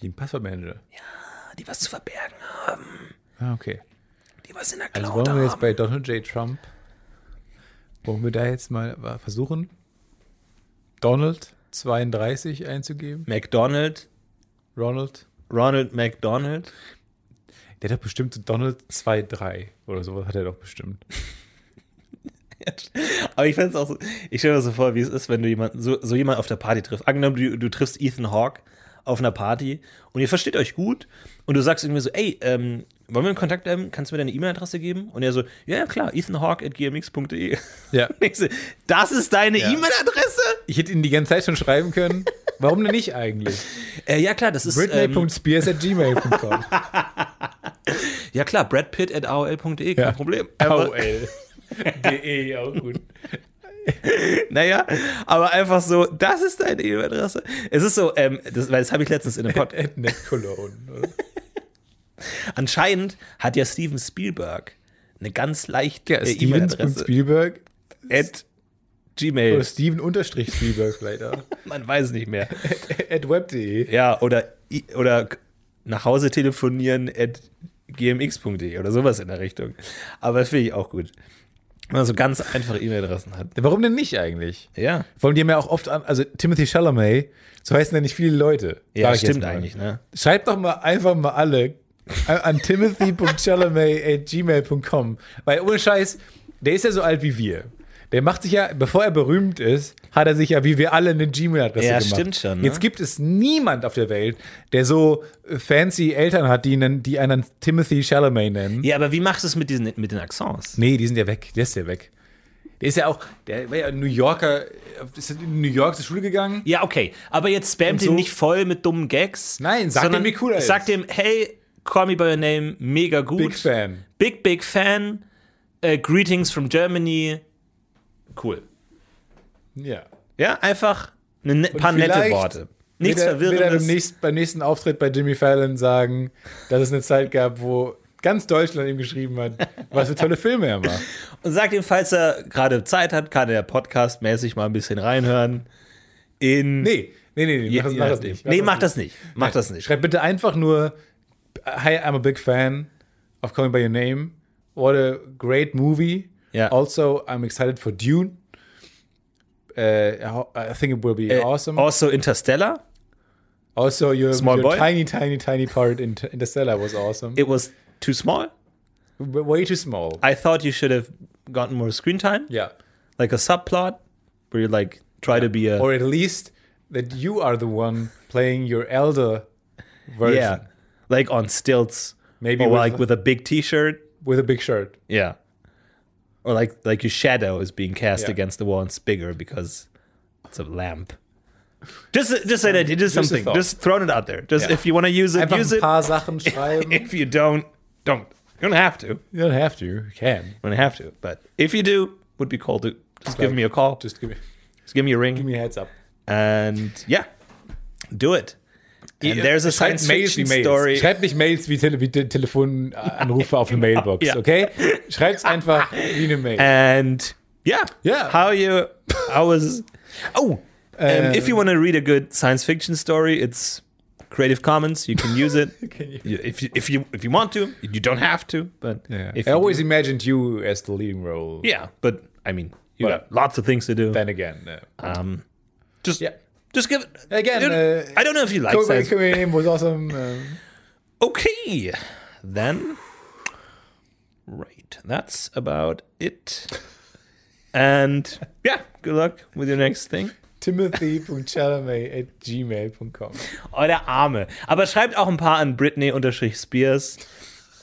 Speaker 4: Wie ein Passwortmanager.
Speaker 3: die was zu verbergen haben,
Speaker 4: Ah, okay.
Speaker 3: die was in der
Speaker 4: Also
Speaker 3: Cloud
Speaker 4: wollen wir jetzt
Speaker 3: haben.
Speaker 4: bei Donald J. Trump, wollen wir da jetzt mal wa- versuchen, Donald 32 einzugeben?
Speaker 3: McDonald,
Speaker 4: Ronald?
Speaker 3: Ronald McDonald.
Speaker 4: Der hat doch bestimmt Donald 2-3 oder sowas hat er doch bestimmt.
Speaker 3: Aber ich fände es auch so, ich stelle mir so vor, wie es ist, wenn du jemanden, so, so jemanden auf der Party triffst. Angenommen, du, du triffst Ethan Hawke auf einer Party und ihr versteht euch gut und du sagst irgendwie so, ey, ähm, wollen wir in Kontakt bleiben? Kannst du mir deine E-Mail-Adresse geben? Und er so, ja, ja, klar, ethanhawke.gmx.de.
Speaker 4: Ja.
Speaker 3: Und ich so, Das ist deine
Speaker 4: Ja.
Speaker 3: E-Mail-Adresse?
Speaker 4: Ich hätte ihn die ganze Zeit schon schreiben können. Warum denn nicht eigentlich?
Speaker 3: Äh, ja, klar, das ist, ähm,
Speaker 4: Britney.spears at gmail.com.
Speaker 3: ja klar, bradpitt.aol.de, kein
Speaker 4: Ja.
Speaker 3: Problem. Aber-
Speaker 4: AOL. DE, E, auch gut.
Speaker 3: Naja, aber einfach so, das ist deine E-Mail-Adresse. Es ist so, ähm, das, weil das habe ich letztens in einem Podcast.
Speaker 4: At netcologne.
Speaker 3: Anscheinend hat ja Steven Spielberg eine ganz leichte
Speaker 4: Ja,
Speaker 3: äh,
Speaker 4: Steven
Speaker 3: E-Mail-Adresse.
Speaker 4: Spielberg.
Speaker 3: At
Speaker 4: Oder
Speaker 3: Gmail.
Speaker 4: Steven unterstrich Spielberg vielleicht auch.
Speaker 3: Man weiß nicht mehr.
Speaker 4: at web.de.
Speaker 3: Ja, oder, i- oder k- nach Hause telefonieren at gmx.de oder sowas in der Richtung. Aber das finde ich auch gut. Wenn man so ganz einfache E-Mail-Adressen hat.
Speaker 4: Warum denn nicht eigentlich?
Speaker 3: Ja,
Speaker 4: Vor allem, die haben ja auch oft an, also Timothy Chalamet, so heißen ja nicht viele Leute.
Speaker 3: ja
Speaker 4: Sag ich jetzt
Speaker 3: stimmt
Speaker 4: mal.
Speaker 3: eigentlich, ne?
Speaker 4: Schreibt doch mal einfach mal alle an, an timothy.chalamet.gmail.com. Weil ohne Scheiß, der ist ja so alt wie wir. Der macht sich ja, bevor er berühmt ist, hat er sich ja wie wir alle eine Gmail-Adresse
Speaker 3: Ja,
Speaker 4: gemacht.
Speaker 3: stimmt schon, ne?
Speaker 4: Jetzt gibt es niemand auf der Welt, der so fancy Eltern hat, die, ihn, dann- die einen dann Timothy Chalamet nennen.
Speaker 3: Ja, aber wie machst du es mit, diesen- mit den Accents?
Speaker 4: Nee, die sind ja weg. Der ist ja weg. Der ist ja auch, der war ja New Yorker, ist in New York zur Schule gegangen.
Speaker 3: Ja, okay. Aber jetzt spammt
Speaker 4: so-
Speaker 3: ihn nicht voll mit dummen Gags.
Speaker 4: Nein, sag
Speaker 3: sondern
Speaker 4: ihm, wie cool er ist.
Speaker 3: Sag dem, hey, call me by your name, mega gut.
Speaker 4: Big Fan.
Speaker 3: Big, big Fan. Äh, greetings from Germany. Cool.
Speaker 4: Ja.
Speaker 3: Ja, einfach ein ne,
Speaker 4: Und
Speaker 3: paar nette
Speaker 4: vielleicht
Speaker 3: Worte. Nichts
Speaker 4: wird er- wird er beim,
Speaker 3: Verwirrendes.
Speaker 4: nächsten, beim nächsten Auftritt bei Jimmy Fallon sagen, dass es eine Zeit gab, wo ganz Deutschland ihm geschrieben hat, was für tolle Filme er macht.
Speaker 3: Und sagt ihm, falls er gerade Zeit hat, kann er podcastmäßig mal ein bisschen reinhören. In.
Speaker 4: Nee, nee, nee, nee
Speaker 3: Je-
Speaker 4: mach, das,
Speaker 3: je
Speaker 4: mach das
Speaker 3: nachdem.
Speaker 4: nicht.
Speaker 3: Nee, mach das nicht. Mach das nicht.
Speaker 4: Schreib bitte einfach nur, hi, I'm a big fan of Calling By Your Name. What a great movie.
Speaker 3: Ja.
Speaker 4: Also, I'm excited for Dune. Äh, I think it will be
Speaker 3: Äh,
Speaker 4: awesome.
Speaker 3: Also Interstellar.
Speaker 4: Also, your,
Speaker 3: Small
Speaker 4: your
Speaker 3: boy?
Speaker 4: tiny, tiny, tiny part in Interstellar was awesome.
Speaker 3: It was too small.
Speaker 4: Way too small.
Speaker 3: I thought you should have gotten more screen time.
Speaker 4: yeah.
Speaker 3: like a subplot where you like try to be a
Speaker 4: or at least that you are the one playing your elder version
Speaker 3: yeah, like on stilts,
Speaker 4: Maybe
Speaker 3: or
Speaker 4: with-
Speaker 3: like with a big T-shirt,
Speaker 4: with a big shirt.
Speaker 3: yeah, or like like your shadow is being cast
Speaker 4: Yeah.
Speaker 3: against the wall and it's bigger because it's a lamp. Just just an idea, just
Speaker 4: a
Speaker 3: something,
Speaker 4: thought.
Speaker 3: just throwing it out there. Just
Speaker 4: Yeah.
Speaker 3: if you want to use it,
Speaker 4: Einfach
Speaker 3: use
Speaker 4: ein
Speaker 3: it.
Speaker 4: paar Sachen schreiben.
Speaker 3: If you don't, don't. You don't have to. You
Speaker 4: you don't have to. You can.
Speaker 3: don't have to. But if you do, would be cool to just give
Speaker 4: like-
Speaker 3: me a call. Just,
Speaker 4: Just give me,
Speaker 3: give me a ring,
Speaker 4: give me a heads up.
Speaker 3: and yeah, do it. And there's a
Speaker 4: Schreibt
Speaker 3: science
Speaker 4: Mails wie
Speaker 3: fiction
Speaker 4: Mails.
Speaker 3: story.
Speaker 4: Schreibt nicht Mails wie, Tele wie Te- Telefonanrufe auf eine Mailbox,
Speaker 3: ja.
Speaker 4: okay? Schreibt's einfach wie eine Mail.
Speaker 3: and yeah,
Speaker 4: Yeah.
Speaker 3: How you? I was. Oh, um, if you want to read a good science fiction story, it's Creative Commons. You can use it You- if you if you if you want to. You don't have to, but
Speaker 4: yeah.
Speaker 3: if
Speaker 4: I
Speaker 3: you
Speaker 4: always
Speaker 3: do-
Speaker 4: imagined you as the leading role.
Speaker 3: yeah. But I mean, you
Speaker 4: But-
Speaker 3: got lots of things to do.
Speaker 4: Then again, uh,
Speaker 3: Um, just
Speaker 4: Yeah.
Speaker 3: just give it
Speaker 4: Again,
Speaker 3: you know,
Speaker 4: uh,
Speaker 3: I don't know if you like
Speaker 4: Kobe,
Speaker 3: science.
Speaker 4: Kobe was awesome. um,
Speaker 3: Okay, then. Right, that's about it. And yeah, good luck with your next thing.
Speaker 4: Timothy.chalamet at gmail.com.
Speaker 3: Oh, der Arme. Aber schreibt auch ein paar an Britney-Spears.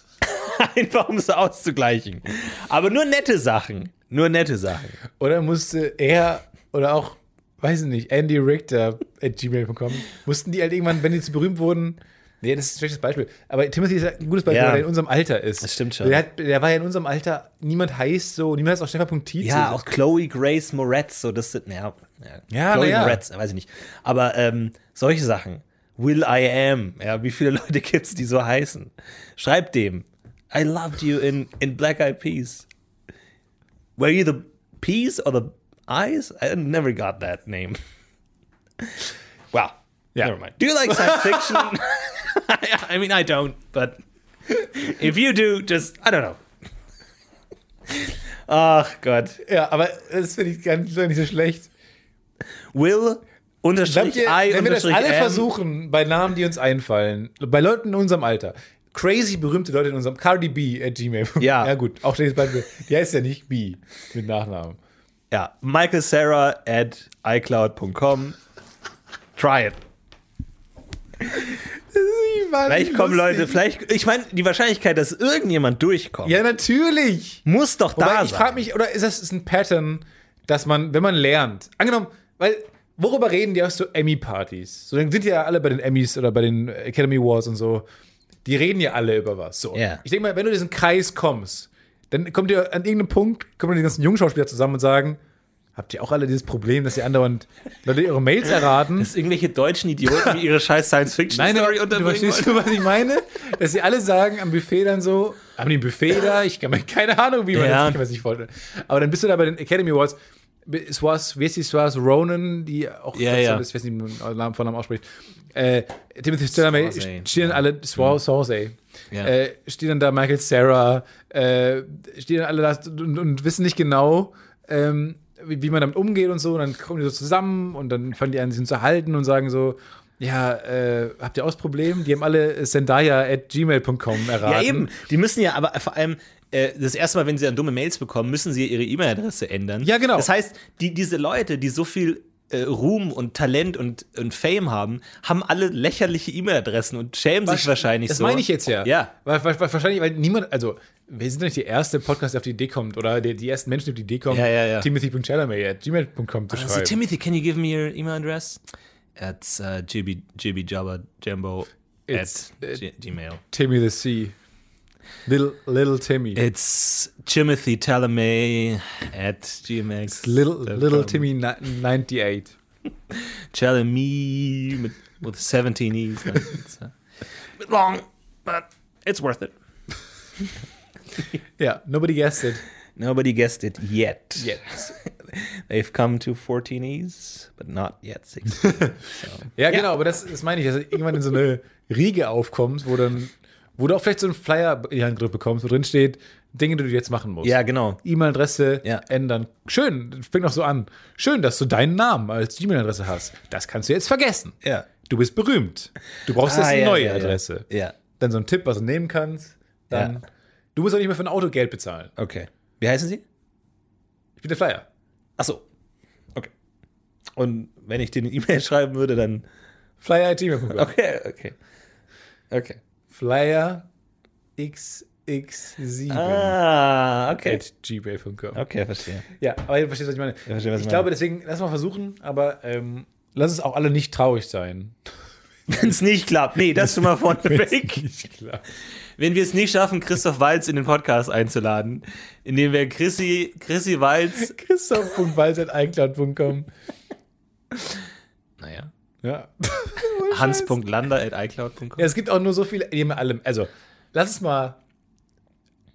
Speaker 3: Einfach um es auszugleichen. Aber nur nette Sachen. Nur nette Sachen.
Speaker 4: Oder musste er oder auch, weiß ich nicht, Andy Richter at gmail.com, mussten die halt irgendwann, wenn die zu berühmt wurden, nee, das ist ein schlechtes Beispiel, aber Timothy ist ja ein gutes Beispiel,
Speaker 3: Ja.
Speaker 4: weil er in unserem Alter ist.
Speaker 3: Das stimmt schon.
Speaker 4: Der, hat, der war ja in unserem Alter, niemand heißt so, niemand heißt auch Stefan.Tietze.
Speaker 3: Ja, auch Chloe Grace Moretz, so das sind, ja,
Speaker 4: Ja,
Speaker 3: Chloe
Speaker 4: na ja.
Speaker 3: Moretz, weiß ich nicht. Aber ähm, solche Sachen. Will I Am, ja, wie viele Leute gibt's, die so heißen? Schreibt dem. I loved you in, in Black Eyed Peas. Were you the peas or the eyes? I never got that name. Wow.
Speaker 4: Ja.
Speaker 3: Never mind. Do you like science fiction? I mean, I don't, but if you do, just, I don't know. Ach Gott.
Speaker 4: ja, aber das finde ich gar nicht, gar nicht so schlecht.
Speaker 3: Will unterstrich
Speaker 4: Glaubt ihr,
Speaker 3: I
Speaker 4: wenn wir das
Speaker 3: unterstrich
Speaker 4: alle
Speaker 3: M.
Speaker 4: versuchen, bei Namen, die uns einfallen, bei Leuten in unserem Alter, crazy berühmte Leute in unserem Cardi B at Gmail.
Speaker 3: Ja.
Speaker 4: ja, gut. Auch dieses Beispiel. Die heißt ja nicht B mit Nachnamen.
Speaker 3: Ja, Michael Sarah at iCloud.com. Try it. Vielleicht kommen Leute, vielleicht, ich meine, die Wahrscheinlichkeit, dass irgendjemand durchkommt,
Speaker 4: Ja, natürlich.
Speaker 3: muss doch da
Speaker 4: Wobei,
Speaker 3: sein.
Speaker 4: ich frage mich, oder ist das ist ein Pattern, dass man, wenn man lernt, angenommen, weil worüber reden die auch so Emmy-Partys? So dann sind die ja alle bei den Emmys oder bei den Academy Awards und so. Die reden ja alle über was. So.
Speaker 3: Ja.
Speaker 4: Ich denke mal, wenn du in diesen Kreis kommst, dann kommt ihr an irgendeinem Punkt, kommen die ganzen Jungschauspieler zusammen und sagen, habt ihr auch alle dieses Problem, dass ihr andauernd Leute ihre Mails erraten?
Speaker 3: dass irgendwelche deutschen Idioten ihre scheiß Science-Fiction-Story
Speaker 4: du
Speaker 3: unterbringen
Speaker 4: verstehst
Speaker 3: wollen.
Speaker 4: du, was ich meine? Dass sie alle sagen am Buffet dann so, haben die ein Buffet da? Ich kann mir keine Ahnung, wie man
Speaker 3: Ja.
Speaker 4: das, ich kann mir das nicht vorstellen. Aber dann bist du da bei den Academy Awards. Swas, wie heißt die Swas Ronan, die auch,
Speaker 3: Ja, ja.
Speaker 4: ich weiß nicht, wie man den Namen- Vornamen ausspricht. Äh, Timothy Chalamet
Speaker 3: Swayze.
Speaker 4: stehen alle, Swas, Swansea.
Speaker 3: Ja.
Speaker 4: Äh, stehen dann da Michael Sarah, äh, stehen dann alle da und, und wissen nicht genau, ähm, wie, wie man damit umgeht und so. Und dann kommen die so zusammen und dann fangen die an, sich unterhalten und sagen so, ja, äh, habt ihr auch das Problem? Die haben alle Zendaya at gmail.com erraten.
Speaker 3: Ja, eben. Die müssen ja aber vor allem. äh, Das erste Mal, wenn sie dann dumme Mails bekommen, müssen sie ihre E-Mail-Adresse ändern.
Speaker 4: Ja, genau.
Speaker 3: Das heißt, die, diese Leute, die so viel äh, Ruhm und Talent und, und Fame haben, haben alle lächerliche E-Mail-Adressen und schämen sich wahrscheinlich
Speaker 4: Das
Speaker 3: so.
Speaker 4: meine ich jetzt ja.
Speaker 3: Ja.
Speaker 4: Weil, weil, weil, wahrscheinlich, weil niemand, also wir sind doch nicht der erste Podcast, der auf die Idee kommt oder die, die ersten Menschen, die auf die Idee kommen,
Speaker 3: Ja, ja, ja.
Speaker 4: Timothy.chalamet at gmail.com zu
Speaker 3: Also,
Speaker 4: schreiben.
Speaker 3: Timothy, can you give me your email address? At uh, jb, jbjabba jambo
Speaker 4: It's-
Speaker 3: at g- gmail.
Speaker 4: Timmy the Sea. Little, little Timmy.
Speaker 3: It's Timothy Talamay at gmx.
Speaker 4: little, little Timmy ni- 98.
Speaker 3: Chalemy mit with 17 E's. Like, it's, uh, bit long, but it's worth it.
Speaker 4: Ja, nobody guessed it.
Speaker 3: Nobody guessed it yet.
Speaker 4: Yet.
Speaker 3: They've come to 14 E's, but not yet 16.
Speaker 4: Ja, genau, aber das, das meine ich, dass irgendwann in so eine Riege aufkommst, wo dann, wo du auch vielleicht so einen Flyer in die Handgriff bekommst, wo drin steht, Dinge, die du jetzt machen musst.
Speaker 3: ja, genau.
Speaker 4: E-Mail-Adresse
Speaker 3: Ja.
Speaker 4: ändern. Schön, das fängt auch so an. Schön, dass du deinen Namen als E-Mail-Adresse hast. Das kannst du jetzt vergessen.
Speaker 3: Ja.
Speaker 4: Du bist berühmt. Du brauchst jetzt
Speaker 3: Ah,
Speaker 4: eine
Speaker 3: ja,
Speaker 4: neue
Speaker 3: ja, ja.
Speaker 4: Adresse.
Speaker 3: Ja,
Speaker 4: Dann so ein Tipp, was du nehmen kannst. Dann, du musst auch nicht mehr für ein Auto Geld bezahlen.
Speaker 3: okay. Wie heißen Sie?
Speaker 4: Ich bin der Flyer.
Speaker 3: Achso. Okay. Und wenn ich dir eine E-Mail schreiben würde, dann.
Speaker 4: Flyer at gmail.com.
Speaker 3: Okay, okay. Okay.
Speaker 4: Flyer xx7
Speaker 3: Ah, okay.
Speaker 4: at gmail.com.
Speaker 3: Okay, verstehe.
Speaker 4: Ja, aber ihr versteht, was ich meine.
Speaker 3: verstehe, was
Speaker 4: ich
Speaker 3: du
Speaker 4: glaube, deswegen, lass mal versuchen, aber ähm, lass es auch alle nicht traurig sein.
Speaker 3: Wenn es nicht klappt, nee, das schon mal vorne weg.
Speaker 4: Nicht klar.
Speaker 3: Wenn wir es nicht schaffen, Christoph Walz in den Podcast einzuladen, indem wir Chrissy, Chrissy Walz.
Speaker 4: Christoph.walz.icloud.com.
Speaker 3: Naja.
Speaker 4: Ja.
Speaker 3: Hans.lander at iCloud.com.
Speaker 4: ja. Es gibt auch nur so viele, eben allem. Also, lass es mal.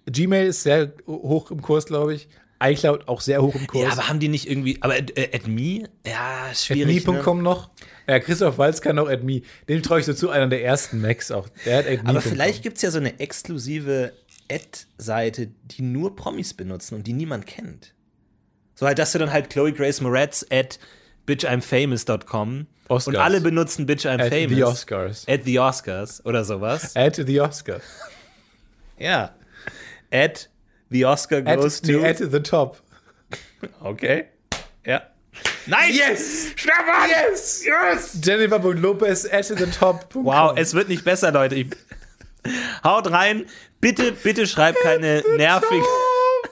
Speaker 4: Gmail ist sehr hoch im Kurs, glaube ich. iCloud auch sehr hoch im Kurs.
Speaker 3: Ja, aber haben die nicht irgendwie. Aber at, äh, at me? Ja, schwierig. ne?
Speaker 4: Me.com noch. Ja, Christoph Walz kann auch AdMe. Dem traue ich so zu, einer der ersten Macs auch. Der hat AdMe.
Speaker 3: Aber vielleicht gibt es ja so eine exklusive Ad-Seite, die nur Promis benutzen und die niemand kennt. So halt, dass du dann halt Chloe Grace Moretz at bitchimfamous.com
Speaker 4: Oscars.
Speaker 3: und alle benutzen Bitch I'm
Speaker 4: At
Speaker 3: Famous.
Speaker 4: the Oscars.
Speaker 3: At the Oscars oder sowas.
Speaker 4: At the Oscars.
Speaker 3: Ja. At the Oscar
Speaker 4: At,
Speaker 3: goes
Speaker 4: nee,
Speaker 3: to.
Speaker 4: at the top.
Speaker 3: okay. Ja. Nein! Yes! Stefan! Yes! Yes!
Speaker 4: Jennifer Lopez at the top.
Speaker 3: Wow, es wird nicht besser, Leute. Ich Haut rein. Bitte, bitte schreibt keine nervigen.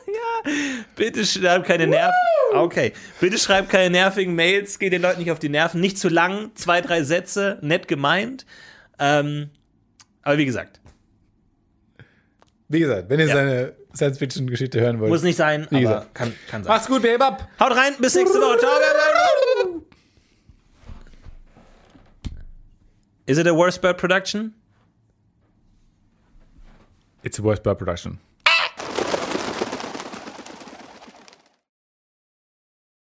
Speaker 3: ja, bitte schreibt keine nervigen. Okay. Bitte schreibt keine nervigen Mails. Geht den Leuten nicht auf die Nerven. Nicht zu lang. Zwei, drei Sätze. Nett gemeint. Ähm, aber wie gesagt,
Speaker 4: Wie gesagt, wenn ihr
Speaker 3: Ja.
Speaker 4: seine Science-Fiction-Geschichte hören wollt.
Speaker 3: muss nicht sein,
Speaker 4: Wie
Speaker 3: aber
Speaker 4: gesagt.
Speaker 3: kann, kann sein.
Speaker 4: Macht's gut, wir heben ab.
Speaker 3: Haut rein. Bis nächste Woche. Ciao. Is it a Worst Bird Production?
Speaker 4: It's a worst by production.